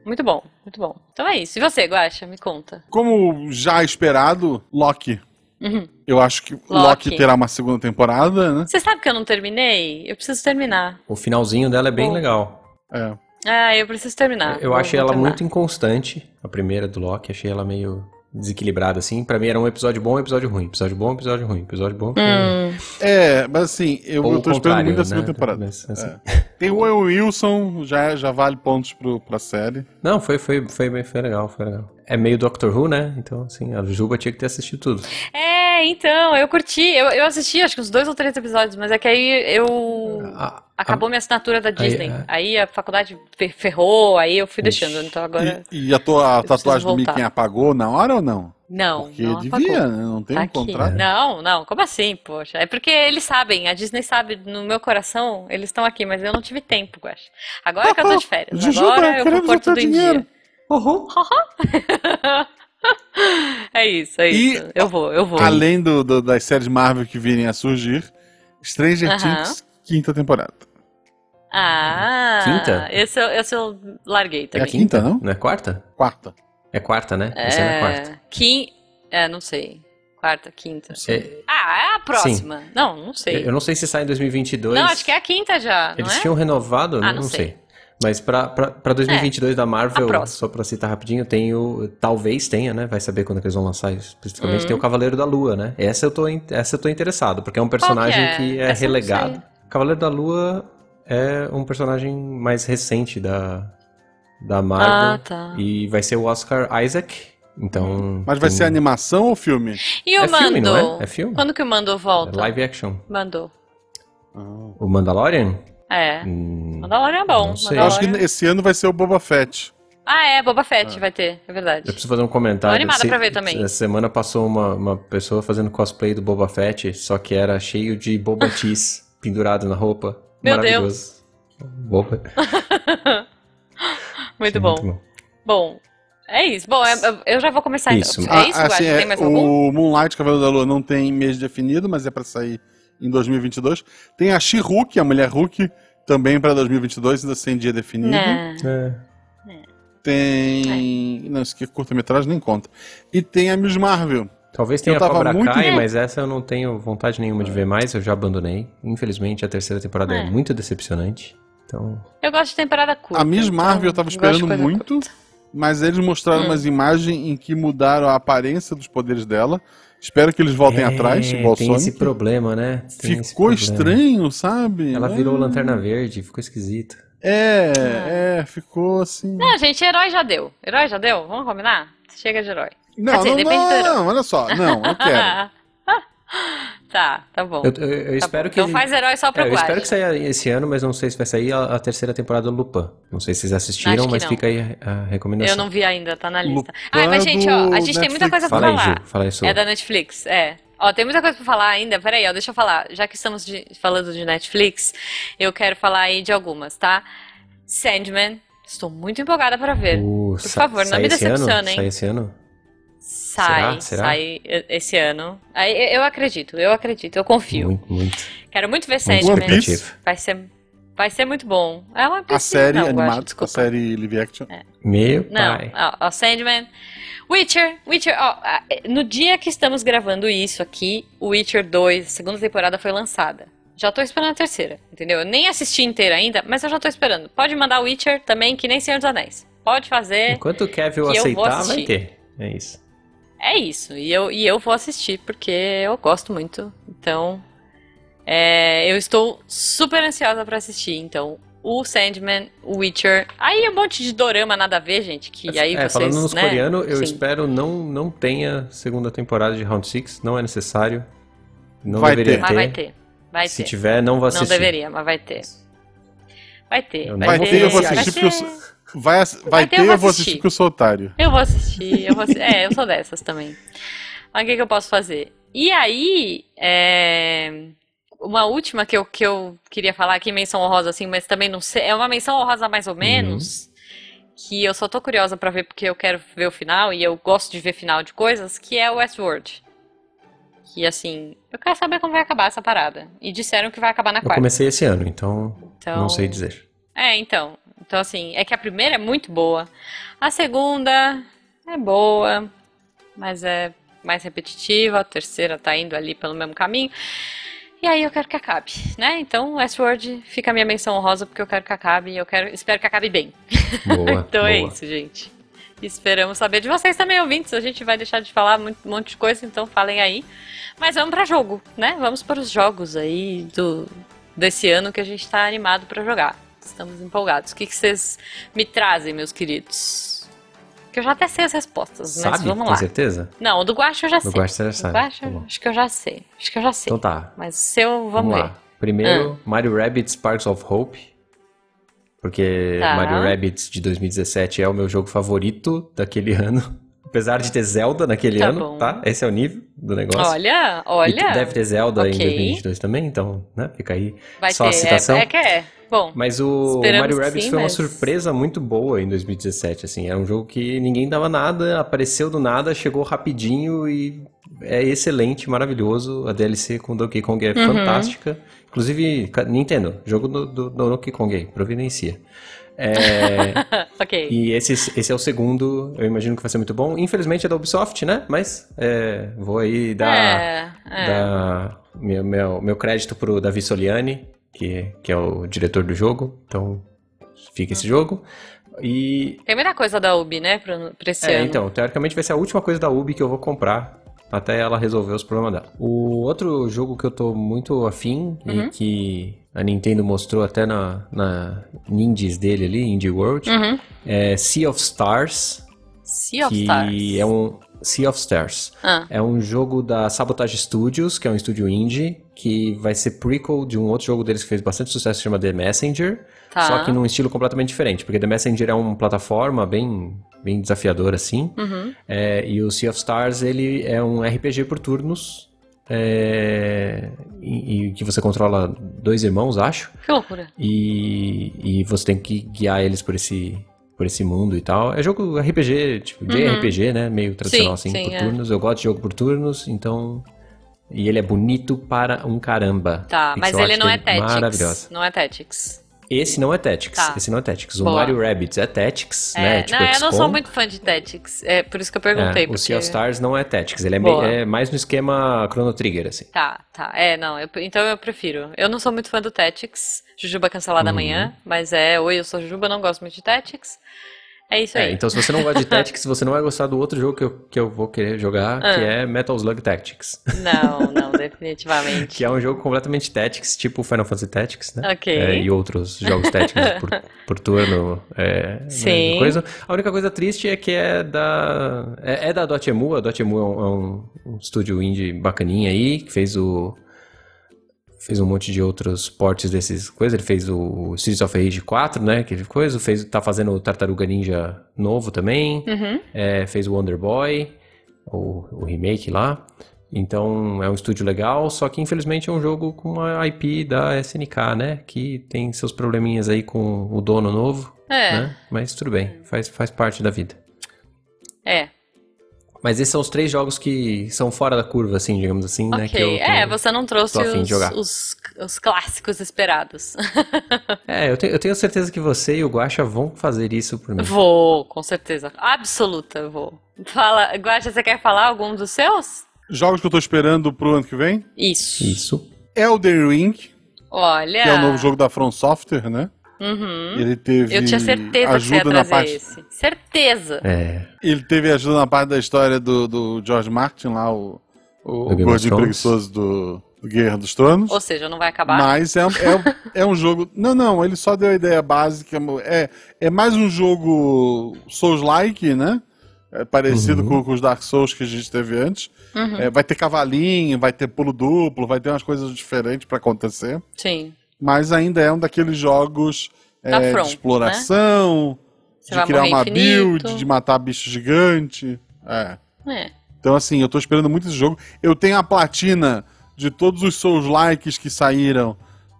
A: Muito bom, muito bom. Então é isso. E você, Guaxa, me conta.
B: Como já esperado, Loki.
A: Uhum.
B: Eu acho que Loki.
A: Loki
B: terá uma segunda temporada, né?
A: Você sabe que eu não terminei? Eu preciso terminar.
C: O finalzinho dela é bem
A: Bom.
C: legal.
B: É.
A: Ah, eu preciso terminar.
C: É, Eu
A: Vou-
C: achei
A: vou
C: ela
A: terminar.
C: muito inconstante, a primeira do Loki, achei ela meio desequilibrada, assim. Pra mim era um episódio bom, episódio ruim, episódio bom, episódio ruim, episódio bom. episódio ruim.
A: Hum,
B: É, mas assim, eu,
C: Ou
B: eu
C: o
B: tô esperando
C: contrário,
B: muito a
C: né?
B: segunda temporada. É.
C: Mas, assim,
B: Tem o Owen Wilson, já, já vale pontos pro, pra série.
C: Não, foi, foi, foi, bem- foi legal, foi legal. É meio Doctor Who, né? Então, assim, a Juba tinha que ter assistido tudo.
A: É, então, eu curti. Eu, eu assisti acho que uns dois ou três episódios, mas é que aí eu.
C: A-
A: Ah, Acabou minha assinatura da Disney.
C: a-
A: Aí a faculdade fer- ferrou, aí eu fui
C: Ixi.
A: deixando. Então agora.
B: E, e a tua
A: preciso
B: tatuagem do
A: voltar.
B: Mickey apagou na hora ou não?
A: Não,
B: Porque
A: não apagou.
B: devia, né? Não tem
A: Tá
B: um
A: aqui.
B: contrato.
A: Não, não, como assim, poxa? É porque eles sabem, a Disney sabe, no meu coração, eles estão aqui, mas eu não tive tempo, Guaxa. Agora que eu tô de férias,
B: Jujuba,
A: agora eu vou
B: né? queremos
A: pôr
B: o teu
A: tudo em
B: dinheiro.
A: dia. É isso, é
B: E-
A: isso. Eu vou, eu vou.
B: Além do, do- das séries Marvel que virem a surgir, Stranger
A: Aham.
B: Things, quinta temporada.
A: Ah,
C: Quinta?
A: esse eu, esse eu larguei
B: É a
A: também.
B: quinta, não?
C: Não é quarta?
B: Quarta.
C: É quarta, né? Essa é na quarta.
A: quin... é, não sei. Quarta, quinta.
C: É,
A: Ah, é a próxima. Não, não sei.
C: eu não sei se sai em 2022.
A: Não, acho que é a quinta já, não
C: Eles
A: é?
C: tinham renovado? né?
A: Ah,
C: não,
A: não
C: não
A: sei. É,
C: sei. Mas pra, pra, pra 2022 da
A: a
C: Marvel,
A: próxima.
C: só pra citar rapidinho, tem o. Talvez tenha, né? Vai saber quando que eles vão lançar isso especificamente.
A: Hum.
C: Tem o Cavaleiro da Lua, né? Essa eu tô, in- essa eu tô interessado, porque é um personagem
A: é?
C: que é
A: Essa eu não
C: relegado. Cavaleiro da Lua é um personagem mais recente da, da Marvel.
A: Ah, tá.
C: E vai ser o Oscar Isaac. Então.
B: Mas vai
C: tem-
B: ser animação ou filme?
A: E o
C: É
A: Mando?
C: filme, não é? É filme?
A: Quando que o Mando
C: É
A: volta?
C: live action.
A: Mando. Ah.
C: O Mandalorian?
A: É.
C: Hum,
A: Mandalorian é bom.
C: Não sei.
B: Eu acho que
A: Mandalorian-
B: esse ano vai ser o Boba Fett.
A: Ah, é, Boba Fett vai ter, é
C: Eu
A: verdade.
C: preciso fazer um comentário.
A: Tô animada pra ver também.
C: Essa semana passou uma, uma pessoa fazendo cosplay do Boba Fett, só que era cheio de Boba Cheese pendurado na roupa.
A: Meu
C: Maravilhoso. Boba.
A: Muito bom. Bom, é isso. Bom, é- eu já vou começar
C: Isso.
A: então.
B: Ah,
A: É isso,
B: assim,
A: Guaxa?
B: é,
A: Tem mais algum?
B: o Moonlight Cavaleiro da Lua não tem mês definido, mas é pra sair em 2022. Tem a She-Hulk, a mulher Hulk, também pra 2022, ainda sem dia definido.
A: Não.
C: É.
B: Tem. Não, isso aqui é curta-metragem, nem conta. E tem a Miss Marvel.
C: Talvez tenha
B: Eu
C: a
B: tava
C: Cobra
B: muito-
C: Kai, mas essa eu não tenho vontade nenhuma de ver mais, eu já abandonei. Infelizmente, a terceira temporada é,
A: É.
C: muito decepcionante. Então,
A: Eu gosto de temporada curta.
B: A Miss Marvel eu tava
A: então, gosto de
B: esperando
A: coisa Hum.
B: muito, mas eles mostraram umas imagens em que mudaram a aparência dos poderes dela. Espero que eles voltem
C: É,
B: atrás, igual
C: Tem
B: Sonic.
C: esse problema, né? Tem esse
B: Ficou
C: problema.
B: estranho, sabe?
C: Ela virou
B: É.
C: lanterna verde, ficou esquisito.
B: É, é, ficou assim.
A: Ah. Não, Ah, gente, herói já deu. Herói já deu? Vamos combinar? Chega de herói.
B: Não,
A: quer dizer,
B: não,
A: assim, depende do
B: não,
A: herói.
B: não, olha só. Não, eu quero.
A: tá, tá bom.
C: Eu, eu- eu
A: Tá
C: espero
A: bom.
C: que.
A: Então faz herói só pro
C: É, eu
A: Guaxa.
C: espero que saia esse ano, mas não sei se vai sair a, a terceira temporada do Lupin. Não sei se vocês
A: Acho
C: assistiram,
A: que
C: mas
A: não.
C: fica aí a- a recomendação.
A: Eu não vi ainda, tá na lista.
B: Lupin
A: Ai, mas, gente, ó, a
B: do
A: gente tem muita
B: Netflix.
A: coisa pra
C: Fala aí,
A: falar.
C: Ju. Fala aí, Su.
A: É da Netflix, é. Ó, tem muita coisa pra falar ainda. Peraí, ó, deixa eu falar. Já que estamos de- falando de Netflix, eu quero falar aí de algumas, tá? Sandman, estou muito empolgada pra ver.
C: Uh,
A: Por
C: sa-
A: favor, não
C: sai
A: me
C: esse ano?
A: decepciona, hein?
C: Sai esse ano?
A: Sai,
C: Será? Será?
A: sai e- esse ano. Aí eu- eu acredito, eu acredito, eu confio.
C: Muito, muito.
A: Quero muito ver
C: muito
B: One
A: Sandman.
B: Piece.
C: expectativa.
A: Vai ser, vai ser muito bom. É uma
B: A
A: piscina,
B: série
A: não, Guaxa,
B: animada, a
A: desculpa. É.
B: série live action.
C: Meu
A: Não,
C: pai.
A: ó, ó, Sandman. Witcher, Witcher, ó, a- é, no dia que estamos gravando isso aqui, o Witcher 2, a segunda temporada foi lançada. Já tô esperando a terceira, entendeu? Eu nem assisti inteira ainda, mas eu já tô esperando. Pode mandar Witcher também, que nem Senhor dos Anéis. Pode fazer,
C: Enquanto o Kevin
A: é que eu vou
C: aceitar, vai
A: assistir.
C: ter. É isso.
A: é isso. E eu, e eu vou assistir, porque eu gosto muito. Então, é, eu estou super ansiosa pra assistir, então... O Sandman, o Witcher. Aí é um monte de dorama nada a ver, gente. Que aí
C: é,
A: vocês.
C: falando nos
A: né?
C: coreanos, eu
A: Sim.
C: espero não, não tenha segunda temporada de Round Six. Não é necessário. Não
B: Vai
C: deveria
B: ter.
A: Mas
C: ter.
A: vai ter. Vai
C: Se
A: ter.
C: tiver, não vou
A: Não
C: assistir.
A: deveria, mas vai ter. Vai ter.
C: Eu
B: Vai
C: vou
B: ter, eu vou
C: assistir.
B: assistir porque
A: vai
B: eu
A: ter.
B: sou. Vai, ass- vai
A: Vai ter,
B: ter,
A: eu
B: eu
A: vou
B: vou
A: assistir.
B: assistir porque eu sou otário.
A: Eu vou assistir, eu vou assi- É, eu sou dessas também. Mas o que, que eu posso fazer? E aí, é, uma última que eu, que eu queria falar aqui, menção honrosa, assim, mas também não sei. É uma menção honrosa mais
C: Uhum.
A: ou menos. Que eu só tô curiosa pra ver porque eu quero ver o final e eu gosto de ver final de coisas, que é o Westworld. Que assim, eu quero saber como vai acabar essa parada. E disseram que vai acabar na
C: Eu
A: quarta.
C: comecei esse ano, então,
A: Então,
C: não sei dizer.
A: É, então. Então, assim, é que a primeira é muito boa. A segunda é boa, mas é mais repetitiva. A terceira tá indo ali pelo mesmo caminho. E aí eu quero que acabe, né? Então, Westworld fica a minha menção honrosa porque eu quero que acabe e eu quero, espero que acabe bem.
C: Boa,
A: Então é
C: boa.
A: isso, gente. Esperamos saber de vocês também, ouvintes. A gente vai deixar de falar muito- um monte de coisa, então falem aí. Mas vamos pra jogo, né? Vamos para os jogos aí do desse ano que a gente tá animado pra jogar. Estamos empolgados. O que que vocês me trazem, meus queridos? Que eu já até sei as respostas, mas
C: Sabe,
A: vamos
C: com
A: lá.
C: certeza?
A: Não, o do Guaxa eu já
C: No
A: sei.
C: Guaxa já
A: O
C: sabe.
A: Guaxa,
C: Tá bom.
A: acho que eu já sei. Acho que eu já sei.
C: Então tá,
A: Mas o seu, vamos,
C: vamos
A: ver. Ah.
C: lá. Primeiro, Mario Rabbit Sparks of Hope. Porque
A: Tá.
C: Mario Rabbit de 2017 é o meu jogo favorito daquele ano. Apesar de ter Zelda naquele
A: Tá
C: ano,
A: bom.
C: tá? Esse é o nível do negócio.
A: Olha,
C: E
A: olha.
C: deve ter Zelda em
A: Ok.
C: 2022 também, então, né? Fica aí.
A: Vai
C: só a
A: ter. é-
C: citação.
A: É, que é. Bom,
C: Mas o
A: Esperamos
C: Mario
A: que
C: Rabbids
A: sim,
C: foi
A: mas-
C: uma surpresa muito boa em 2017, assim, era um jogo que ninguém dava nada, apareceu do nada, chegou rapidinho e é excelente, maravilhoso. A DLC com Donkey Kong é
A: Uhum.
C: fantástica. Inclusive, ca- Nintendo, jogo do, do- do Donkey Kong aí, providencia. É,
A: ok.
C: e esse, esse é o segundo, eu imagino que vai ser muito bom. Infelizmente é da Ubisoft, né? Mas é, vou aí dar
A: É, é.
C: dar meu, meu, meu crédito pro Davi Soliani, que, que é o diretor do jogo. Então, fica esse jogo. E.
A: Tem muita coisa da UB, né, pra, pra esse
C: É,
A: ano.
C: então, teoricamente vai ser a última coisa da Ubi que eu vou comprar. Até ela resolver os problemas dela. O outro jogo que eu tô muito afim
A: Uhum.
C: e que a Nintendo mostrou até na, na Indies dele ali, Indie World,
A: Uhum.
C: é Sea of Stars.
A: Sea of
C: que
A: Stars.
C: é um. Sea of Stars.
A: Ah,
C: É um jogo da Sabotage Studios, que é um estúdio indie, que vai ser prequel de um outro jogo deles que fez bastante sucesso, chama The Messenger,
A: tá.
C: só que num estilo completamente diferente, porque The Messenger é uma plataforma bem, bem desafiadora, assim,
A: Uhum.
C: é, e o Sea of Stars, ele é um RPG por turnos, é, e, e que você controla dois irmãos, acho,
A: Que loucura.
C: e, e você tem que guiar eles por esse por esse mundo e tal. É jogo RPG, tipo, de
A: Uhum.
C: RPG, né? Meio tradicional
A: Sim,
C: assim,
A: sim,
C: por
A: é.
C: turnos. Eu gosto de jogo por turnos, então. E ele é bonito para um caramba.
A: Tá, mas
C: Pixel
A: ele
C: art
A: não é
C: dele
A: Tactics.
C: Maravilhosa.
A: Não é Tactics.
C: Esse não é Tactics.
A: Tá.
C: Esse não é Tactics. O
A: Boa.
C: Mario Rabbids é Tactics,
A: É,
C: né? Tipo,
A: não, eu não sou
C: XCOM.
A: muito fã de Tactics. É por isso que eu
C: É,
A: perguntei.
C: o Sea of
A: porque-
C: Stars não é Tactics. Ele é,
A: Boa.
C: meio- é mais no esquema Chrono Trigger, assim.
A: Tá, tá. É, não. eu- então eu prefiro. Eu não sou muito fã do Tactics. Jujuba cancelada
C: Uhum.
A: amanhã. Mas é, oi, eu sou Jujuba, não gosto muito de Tactics. É isso
C: É,
A: aí.
C: então se você não gosta de Tactics, você não vai gostar do outro jogo que eu, que eu vou querer jogar, que
A: Ah.
C: é Metal Slug Tactics.
A: Não, não, definitivamente.
C: Que é um jogo completamente Tactics, tipo Final Fantasy Tactics, né?
A: Ok.
C: É, e outros jogos Tactics por, por turno. é, né,
A: Sim.
C: Coisa. A única coisa triste é que é da. É, é da Dotemu. A Dotemu é um, é um- um estúdio indie bacaninha aí, que fez o. Fez um monte de outros portes desses coisas. Ele fez o Series of Rage 4, né? Que coisa. Fez, tá fazendo o Tartaruga Ninja novo também.
A: Uhum.
C: É, fez o Wonder Boy, o, o remake lá. Então é um estúdio legal, só que infelizmente é um jogo com a IP da SNK, né? Que tem seus probleminhas aí com o dono novo,
A: É,
C: né? Mas tudo bem, faz, faz parte da vida.
A: é.
C: Mas esses são os três jogos que são fora da curva, assim, digamos assim, né? Que eu,
A: Ok.
C: que
A: É,
C: eu-
A: você não trouxe
C: tô a fim de
A: os,
C: jogar.
A: os, os clássicos esperados.
C: É, eu, tenho, eu tenho certeza que você e o Guacha vão fazer isso por mim.
A: Vou, com certeza. Absoluta, vou. Fala, Guaxa, você quer falar algum dos seus?
B: Jogos que eu tô esperando pro ano que vem.
A: Isso.
C: Isso.
B: Elden Ring, que
A: Olha.
B: é o novo jogo da From Software, né?
A: Uhum.
B: Ele teve
A: Eu tinha certeza que você
B: ajuda
A: ia
B: na
A: trazer
B: parte.
A: esse. Certeza.
C: É.
B: Ele teve ajuda na parte da história do, do George Martin lá, o, o,
C: Do
B: o
C: Game of
B: gordinho
C: Thrones.
B: preguiçoso do, do Guerra dos
C: É.
B: Tronos.
A: Ou seja, não vai acabar.
B: Mas é, um- é, um- é um jogo. Não, não, ele só deu a ideia básica. É, é mais um jogo Souls-like, né? É parecido
C: Uhum.
B: com, com os Dark Souls que a gente teve antes.
A: Uhum.
B: É, vai ter cavalinho, vai ter pulo duplo, vai ter umas coisas diferentes pra acontecer.
A: Sim.
B: Mas ainda é um daqueles jogos
A: Da né?
B: é,
A: From,
B: de exploração,
A: Você
B: de
A: vai
B: criar
A: morrer
B: uma
A: infinito.
B: build, de matar bicho gigante. É.
A: É.
B: Então, assim, eu tô esperando muito esse jogo. Eu tenho a platina de todos os Souls likes que saíram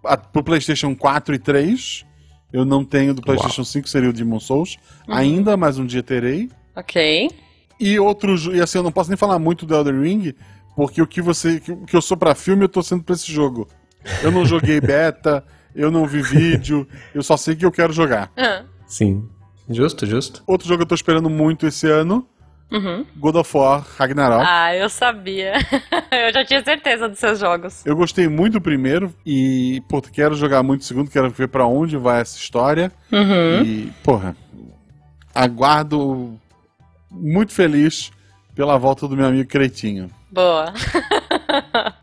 B: a- pro PlayStation 4 e 3. Eu não tenho do PlayStation 5, seria o Demon Souls.
A: Uhum.
B: Ainda, mas um dia terei.
A: Ok.
B: E outro. jo- E assim, eu não posso nem falar muito do Elden Ring, porque o que você. que- O que eu sou pra filme, eu tô sendo pra esse jogo. Eu não joguei beta, eu não vi vídeo, eu só sei que eu quero jogar.
A: Ah.
C: Sim. Justo, justo.
B: Outro jogo que eu tô esperando muito esse ano:
A: Uhum.
B: God of War Ragnarok.
A: Ah, eu sabia. eu já tinha certeza dos seus jogos.
B: Eu gostei muito do primeiro e, pô, quero jogar muito o segundo, quero ver pra onde vai essa história.
A: Uhum.
B: E, porra, aguardo muito feliz pela volta do meu amigo Cretinho.
A: Boa.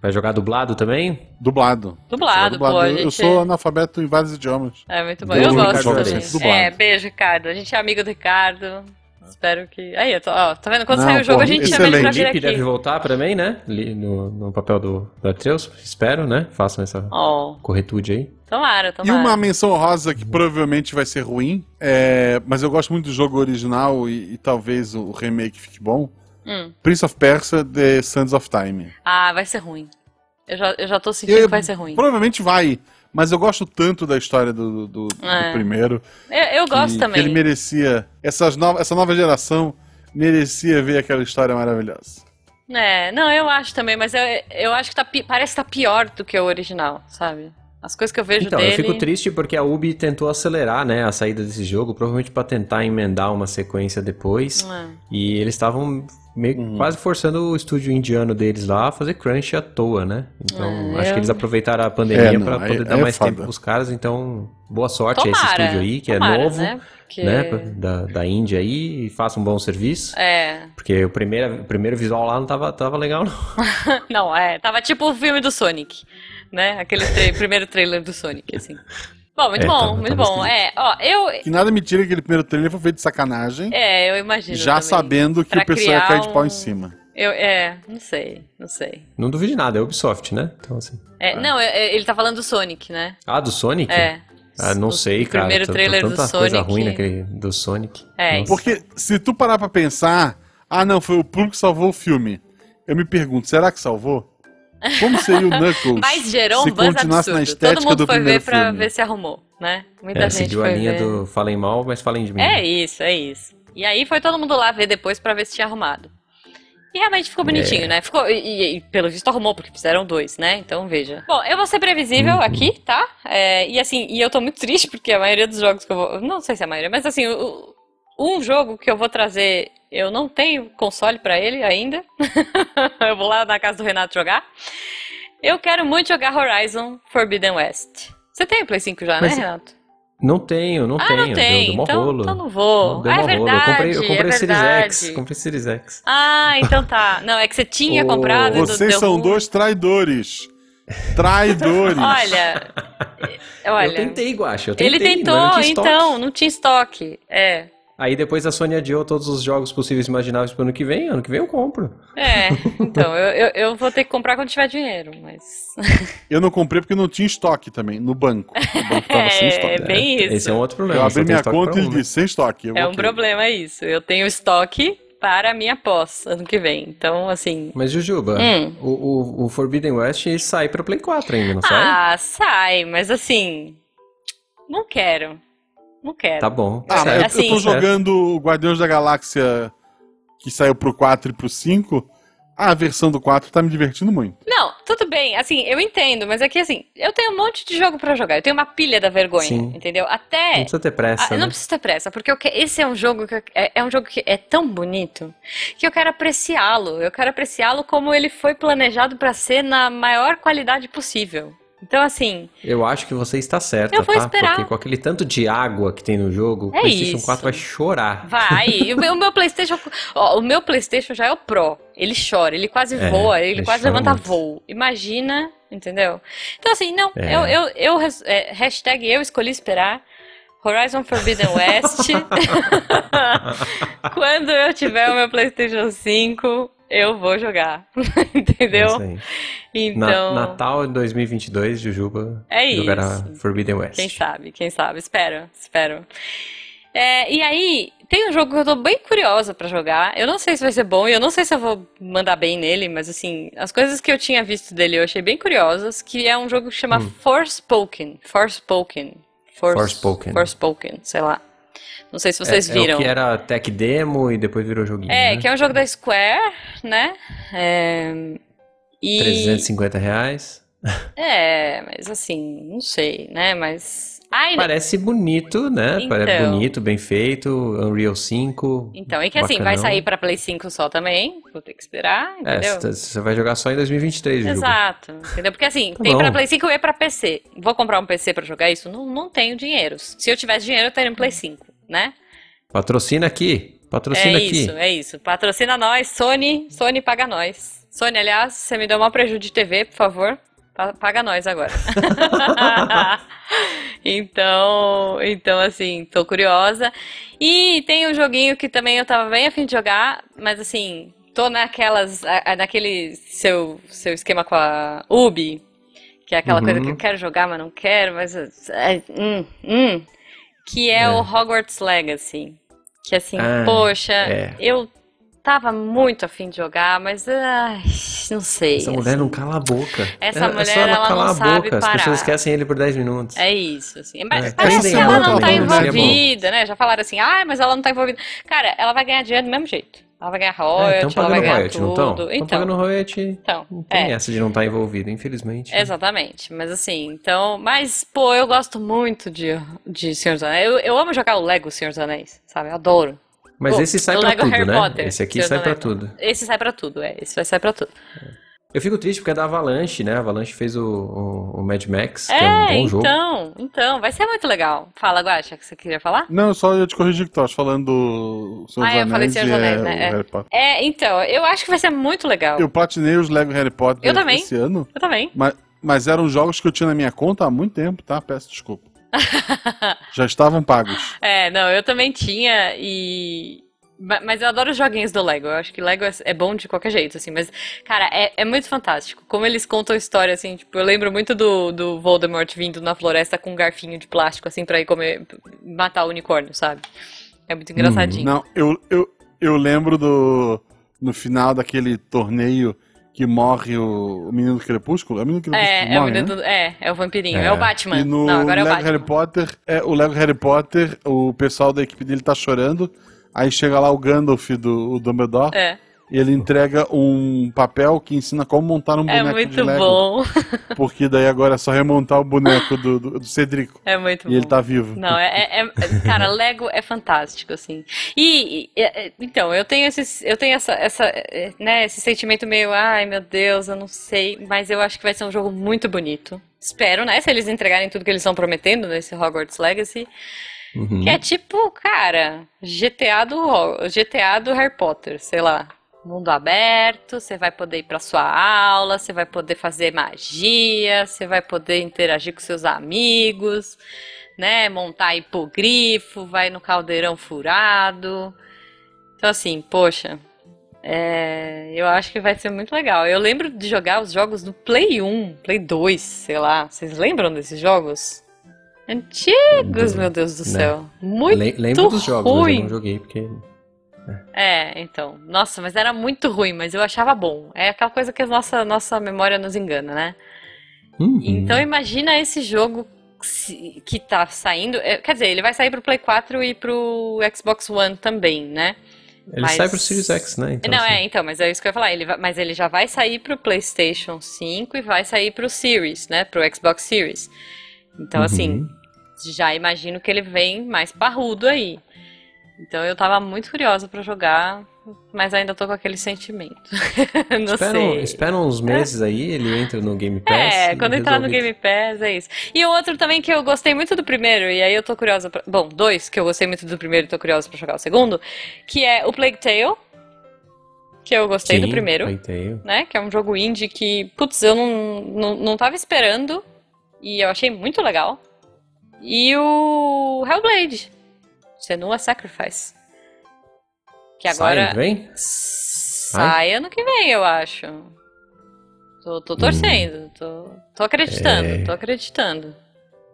C: Vai jogar dublado também?
B: Dublado.
A: Dublado, pô. a
B: Eu, eu
A: gente-
B: sou analfabeto em vários idiomas.
A: É muito bom.
C: Beijo,
A: Eu gosto
C: Ricardo
A: também.
C: Lourenço.
B: Dublado.
A: É, beijo, Ricardo. A gente é amigo do Ricardo. Espero que. Aí, eu tô, ó, tá vendo? Quando
B: Não,
A: sair o jogo,
B: porra,
A: a gente chama ele pra
B: excelente.
A: vir
C: Lipe deve
A: aqui.
C: voltar também, né? Li- No, no papel do, do Atreus, espero, né? Façam essa
A: Ó,
C: corretude aí.
A: tomara,
B: E
A: tomara.
B: uma menção rosa que provavelmente vai ser ruim, é, mas eu gosto muito do jogo original e, e talvez o remake fique bom.
A: Hum.
B: Prince of Persia The Sands of Time.
A: Ah, vai ser ruim. Eu já, eu já tô sentindo
B: Eu-
A: que vai ser ruim.
B: Provavelmente vai, mas eu gosto tanto da história do- do- do-
A: É.
B: do primeiro.
A: Eu, eu gosto
B: que-
A: também.
B: que ele merecia. Essas novas, essa nova geração merecia ver aquela história maravilhosa.
A: É, não, eu acho também, mas eu, eu acho que tá, pi- parece que tá pior do que o original, sabe? As coisas que eu vejo
C: Então,
A: dele.
C: eu fico triste porque a Ubi tentou acelerar, né, a saída desse jogo, provavelmente pra tentar emendar uma sequência depois.
A: É.
C: E eles estavam meio
B: Uhum.
C: quase forçando o estúdio indiano deles lá a fazer crunch à toa, né? Então,
A: Ah,
C: acho
A: eu-
C: que eles aproveitaram a pandemia
B: É,
C: pra
B: não,
C: para
B: aí-
C: poder dar
B: aí é
C: mais
B: foda.
C: tempo pros caras, então boa sorte a esse
A: Tomara,
C: estúdio aí, que
A: tomara,
C: é novo, né,
A: né? Porque...
C: da, da Índia aí, e faça um bom serviço.
A: É.
C: Porque o primeiro, o primeiro visual lá não tava, tava legal, não.
A: Não, é. Tava tipo o filme do Sonic, né? Aquele tra- primeiro trailer do Sonic, assim. Bom, muito
C: É,
A: bom,
C: tava-
A: muito
C: tava
A: bom. É, ó, eu.
B: Que nada me tira que aquele primeiro trailer foi feito de sacanagem,
A: É, eu imagino.
B: já
A: também.
B: sabendo que
A: Pra
B: o pessoal ia
A: criar
B: cair de pau
A: um-
B: em cima.
A: Eu, é, não sei, não sei.
C: Não duvide nada, é Ubisoft, né? Então, assim.
A: É, Não, é- é, ele tá falando do Sonic, né?
C: Ah, do Sonic?
A: É.
C: Ah, não
A: O-
C: sei,
A: o
C: cara.
A: Primeiro
C: tá- tá
A: trailer do
C: tanta coisa
A: Sonic.
C: ruim naquele do Sonic.
A: É,
C: Nossa.
B: Porque se tu parar pra pensar, ah não, foi o público que salvou o filme. Eu me pergunto, será que salvou? Como seria o Knuckles
A: Mas gerou
B: se
A: um buzz
B: continuasse na
A: absurdo. Todo
B: estética
A: mundo
B: do
A: foi ver
B: primeiro
A: pra
B: filme?
A: ver se arrumou, né? Muita
C: É,
A: gente
C: seguiu a
A: foi
C: linha
A: ver.
C: do falem mal, mas falem de mim.
A: É isso, é isso. E aí foi todo mundo lá ver depois pra ver se tinha arrumado. E realmente ficou bonitinho, né? Ficou, e, e- e pelo visto arrumou, porque fizeram dois, né? Então veja. Bom, eu vou ser previsível
C: Uhum.
A: aqui, tá? É, e assim, e eu tô muito triste porque a maioria dos jogos que eu vou. Não sei se é a maioria, mas assim, o- um jogo que eu vou trazer, eu não tenho console pra ele ainda. eu vou lá na casa do Renato jogar. Eu quero muito jogar Horizon Forbidden West. Você tem o Play 5 já,
C: Mas-
A: né, Renato?
C: Não tenho, não
A: Ah,
C: tenho.
A: não tem.
C: Deu, deu mó
A: então,
C: rolo.
A: então não vou.
C: Deu
A: ah,
C: mó
A: é
C: rolo.
A: verdade.
C: Eu comprei, eu comprei
A: é
C: o Series X.
A: verdade.
C: Comprei o Series X.
A: Ah, então tá. Não, é que você tinha
C: Ô,
A: comprado e
B: Vocês
A: deu
B: são
A: ruim.
B: dois traidores. Traidores.
A: Olha, olha.
C: Eu tentei, Guacha. Eu tentei,
A: Ele tentou,
C: mas não tinha estoque.
A: então, não tinha estoque. É.
C: Aí depois a Sony adiou todos os jogos possíveis e imagináveis pro ano que vem. Ano que vem eu compro.
A: É, então, eu, eu, eu vou ter que comprar quando tiver dinheiro, mas.
B: Eu não comprei porque não tinha estoque também, no banco. O banco tava
A: É,
B: sem
A: é
B: estoque.
A: bem isso.
C: Esse é um outro
B: Eu
C: problema. só
B: abri
C: tem
B: minha
C: estoque
B: conta
C: pra
B: e
C: um,
B: ele
C: né?
B: disse, sem estoque. Eu
A: É um
B: ok.
A: problema isso. Eu tenho estoque para a minha pós ano que vem. Então, assim.
C: Mas Jujuba,
A: Hum.
C: o, o- o Forbidden West sai pra Play 4 ainda, não sai?
A: Ah, sai, mas assim. Não quero. Não quero.
C: Tá bom.
B: Ah, mas
C: certo.
B: eu- eu tô
A: Assim-
B: jogando o Guardiões da Galáxia que saiu pro 4 e pro 5. A versão do 4 tá me divertindo muito.
A: Não, tudo bem, assim, eu entendo, mas é que assim, eu tenho um monte de jogo pra jogar, eu tenho uma pilha da vergonha,
C: Sim.
A: entendeu?
C: Não
A: Até.
C: precisa ter
A: Ah,
C: pressa,
A: eu não
C: né?
A: preciso ter pressa, porque eu que- esse é um jogo que eu- é, é um jogo que é tão bonito que eu quero apreciá-lo. Eu quero apreciá-lo como ele foi planejado pra ser na maior qualidade possível. Então, assim,
C: Eu acho que você está certa,
A: Eu vou
C: tá?
A: esperar.
C: Porque com aquele tanto de água que tem no jogo, o
A: É
C: PlayStation
A: isso.
C: 4 vai chorar.
A: vai. E o meu, o meu PlayStation, ó, o meu PlayStation já é o Pro. Ele chora, ele quase
C: É,
A: voa, ele
C: ele
A: quase
C: chora
A: levanta
C: muito.
A: voo. Imagina, entendeu? Então, assim, não,
C: É.
A: eu, eu, eu res- é, hashtag eu escolhi esperar. Horizon Forbidden West. Quando eu tiver o meu PlayStation 5, eu vou jogar.
C: É
A: Entendeu?
C: isso aí. Na-
A: Então,
C: Natal de 2022, Jujuba
A: É
C: jogará
A: isso.
C: Forbidden West.
A: quem sabe, quem sabe. Espero, espero. É, e aí, tem um jogo que eu tô bem curiosa pra jogar. Eu não sei se vai ser bom e eu não sei se eu vou mandar bem nele, mas assim, as coisas que eu tinha visto dele eu achei bem curiosas, que é um jogo que chama
C: Hum.
A: Forspoken. Forspoken. Force-
C: Forspoken.
A: Forspoken, sei lá. Não sei se vocês
C: é, É
A: viram.
C: o que era tech demo e depois virou joguinho,
A: É,
C: né?
A: que é um jogo da Square, né? É... E...
C: 350 reais.
A: É, mas assim, não sei, né? Mas. Ai,
C: Parece bonito, né?
A: Então.
C: Parece bonito, bem feito. Unreal 5.
A: então, e que assim, vai
C: bacanão.
A: sair pra Play 5 só também. Vou ter que esperar,
C: É,
A: entendeu?
C: você você vai jogar só em 2023, Jujuba.
A: Exato, entendeu? Porque assim,
C: Tá
A: tem
C: bom.
A: pra Play 5 e pra PC. Vou comprar um PC pra jogar isso? Não, não tenho dinheiro. Se eu tivesse dinheiro, eu teria um
C: Hum.
A: Play 5, né?
C: Patrocina aqui. Patrocina
A: é
C: aqui.
A: isso, é isso. Patrocina nós, Sony. Sony paga nós. Sony, aliás, você me deu maior prejuízo de TV, por favor. Pa- Paga nós agora. então, então, assim, tô curiosa. E tem um joguinho que também eu tava bem afim de jogar, mas assim, tô naquelas, a- a- naquele seu, seu esquema com a Ubi, que é aquela coisa
C: Uhum.
A: que eu quero jogar, mas não quero, mas. é, hum, hum, que é,
C: É.
A: o Hogwarts Legacy. Que assim,
C: Ah,
A: poxa,
C: é.
A: eu tava muito afim de jogar, mas ai, não sei.
C: Essa mulher
A: assim.
C: não cala a boca.
A: Essa
C: É- é
A: mulher,
C: só ela,
A: ela
C: calar
A: não
C: a
A: sabe
C: boca. As
A: parar.
C: pessoas esquecem ele por 10 minutos.
A: É isso, assim. Mas
C: É,
A: parece
B: essa
A: que ela
B: semana
A: não tá
B: também, né?
A: envolvida, né? Já falaram assim, ah, mas ela não tá envolvida. Cara, ela vai ganhar dinheiro do mesmo jeito. Ela vai ganhar
C: É,
A: royalty,
C: tão
A: ela vai
C: pagando
A: ganhar
C: royalty, não estão?
A: tudo.
C: Estão
A: Então,
C: pagando royalty.
A: então,
C: Não
A: é.
C: tem essa né? de não estar envolvido, infelizmente.
A: Exatamente, mas assim, então. Mas, pô, eu gosto muito de, de Senhor dos Anéis. Eu, eu amo jogar o Lego Senhor dos Anéis, sabe? Eu adoro.
C: Mas
A: Pô,
C: esse sai
A: eu
C: pra
A: lego
C: tudo,
A: Harry
C: né?
A: Potter,
C: Esse aqui
A: Senhor
C: sai
A: dos
C: pra
A: Anéis.
C: tudo.
A: Esse sai pra tudo, é. Esse vai sair pra tudo.
C: Eu fico triste porque é da Avalanche, né? A Avalanche fez o, o, o Mad Max, que é um
A: É,
C: bom jogo.
A: então, então, vai ser muito legal. Fala, Guaxa, que você queria falar?
B: Não, eu só ia te corrigir que tu tava falando do Senhor
A: Ah,
B: dos
A: eu falei
B: Anéis
A: Senhor dos
B: e é
A: Anéis, né?
B: o Harry Potter.
A: É, então, eu acho que vai ser muito legal.
B: Eu platinei os Lego Harry Potter
A: Eu também.
B: esse ano,
A: Eu também.
B: mas, mas eram jogos que eu tinha na minha conta há muito tempo, tá? Peço desculpa. Já estavam pagos.
A: É, não, eu também tinha e. ma- Mas eu adoro os joguinhos do Lego. Eu acho que Lego é- é bom de qualquer jeito, assim. Mas, cara, é, é muito fantástico. Como eles contam história, assim. Tipo, eu lembro muito do, do Voldemort vindo na floresta com um garfinho de plástico, assim, pra ir comer, matar o unicórnio, sabe? É muito engraçadinho.
B: Não, eu, eu, eu lembro do. No final daquele torneio que morre o, o menino do Crepúsculo. É o menino do Crepúsculo que
A: É, é o,
B: morre, né?
A: menino do- é, é o vampirinho.
C: É.
A: É o Batman.
B: E no
A: Não, agora é o
B: Lego
A: Batman.
B: Harry Potter, é, o Lego Harry Potter, o pessoal da equipe dele tá chorando. Aí chega lá o Gandalf do o Dumbledore
A: É.
B: ele entrega um papel que ensina como montar um
A: É
B: boneco de
A: muito
B: Lego.
A: bom.
B: Porque daí agora é só remontar o boneco do, do, do Cedrico.
A: É muito
B: E
A: bom.
B: ele tá vivo.
A: Não, é, é- é- Cara, Lego é fantástico, assim. E, e- é- é- então, eu tenho esses, eu tenho essa, essa, é, né, esse sentimento meio, ai meu Deus, eu não sei, mas eu acho que vai ser um jogo muito bonito. Espero, né? Se eles entregarem tudo que eles estão prometendo nesse Hogwarts Legacy.
C: Uhum.
A: Que é tipo, cara, GTA do, Ho- GTA do Harry Potter, sei lá. Mundo aberto, você vai poder ir pra sua aula, você vai poder fazer magia, você vai poder interagir com seus amigos, né? Montar hipogrifo, vai no caldeirão furado. Então, assim, poxa, é, eu acho que vai ser muito legal. Eu lembro de jogar os jogos do Play 1, Play 2, sei lá. Vocês lembram desses jogos? Antigos,
C: Do-
A: meu Deus do
C: né?
A: céu. Muito
C: Le- lembro dos jogos, mas eu
A: ruim.
C: não joguei porque.
A: É, então. Nossa, mas era muito ruim, mas eu achava bom. É aquela coisa que a nossa, nossa memória nos engana, né?
C: Uhum.
A: Então imagina esse jogo que se- que tá saindo. é, Quer dizer, ele vai sair pro Play 4 e pro Xbox One também, né?
C: Ele
A: mas-
C: sai pro Series X, né? Então,
A: Não,
C: assim,
A: é, então, mas é isso que eu ia falar. Ele vai- mas ele já vai sair pro PlayStation 5 e vai sair pro Series, né? Pro Xbox Series. Então, assim,
C: Uhum.
A: já imagino que ele vem mais parrudo aí. Então eu tava muito curiosa pra jogar, mas ainda tô com aquele sentimento. Não
C: Espera, um-
A: sei.
C: espera uns meses aí, ele entra no Game Pass.
A: É,
C: e
A: quando entrar no
C: resolve
A: Game Pass, é isso. E o outro também que eu gostei muito do primeiro, e aí eu tô curiosa pra... Bom, dois que eu gostei muito do primeiro e tô curiosa pra jogar o segundo, que é o Plague Tale, que eu gostei do
C: Sim,
A: primeiro
C: Plague Tale.
A: né? Que é um jogo indie que, putz, eu não, não, não tava esperando e eu achei muito legal. E o Hellblade, Senua Sacrifice. Que agora
C: Sai, vem?
A: sai ano que vem, eu acho. Tô, tô torcendo, tô, tô acreditando,
C: Hum. É.
A: tô acreditando.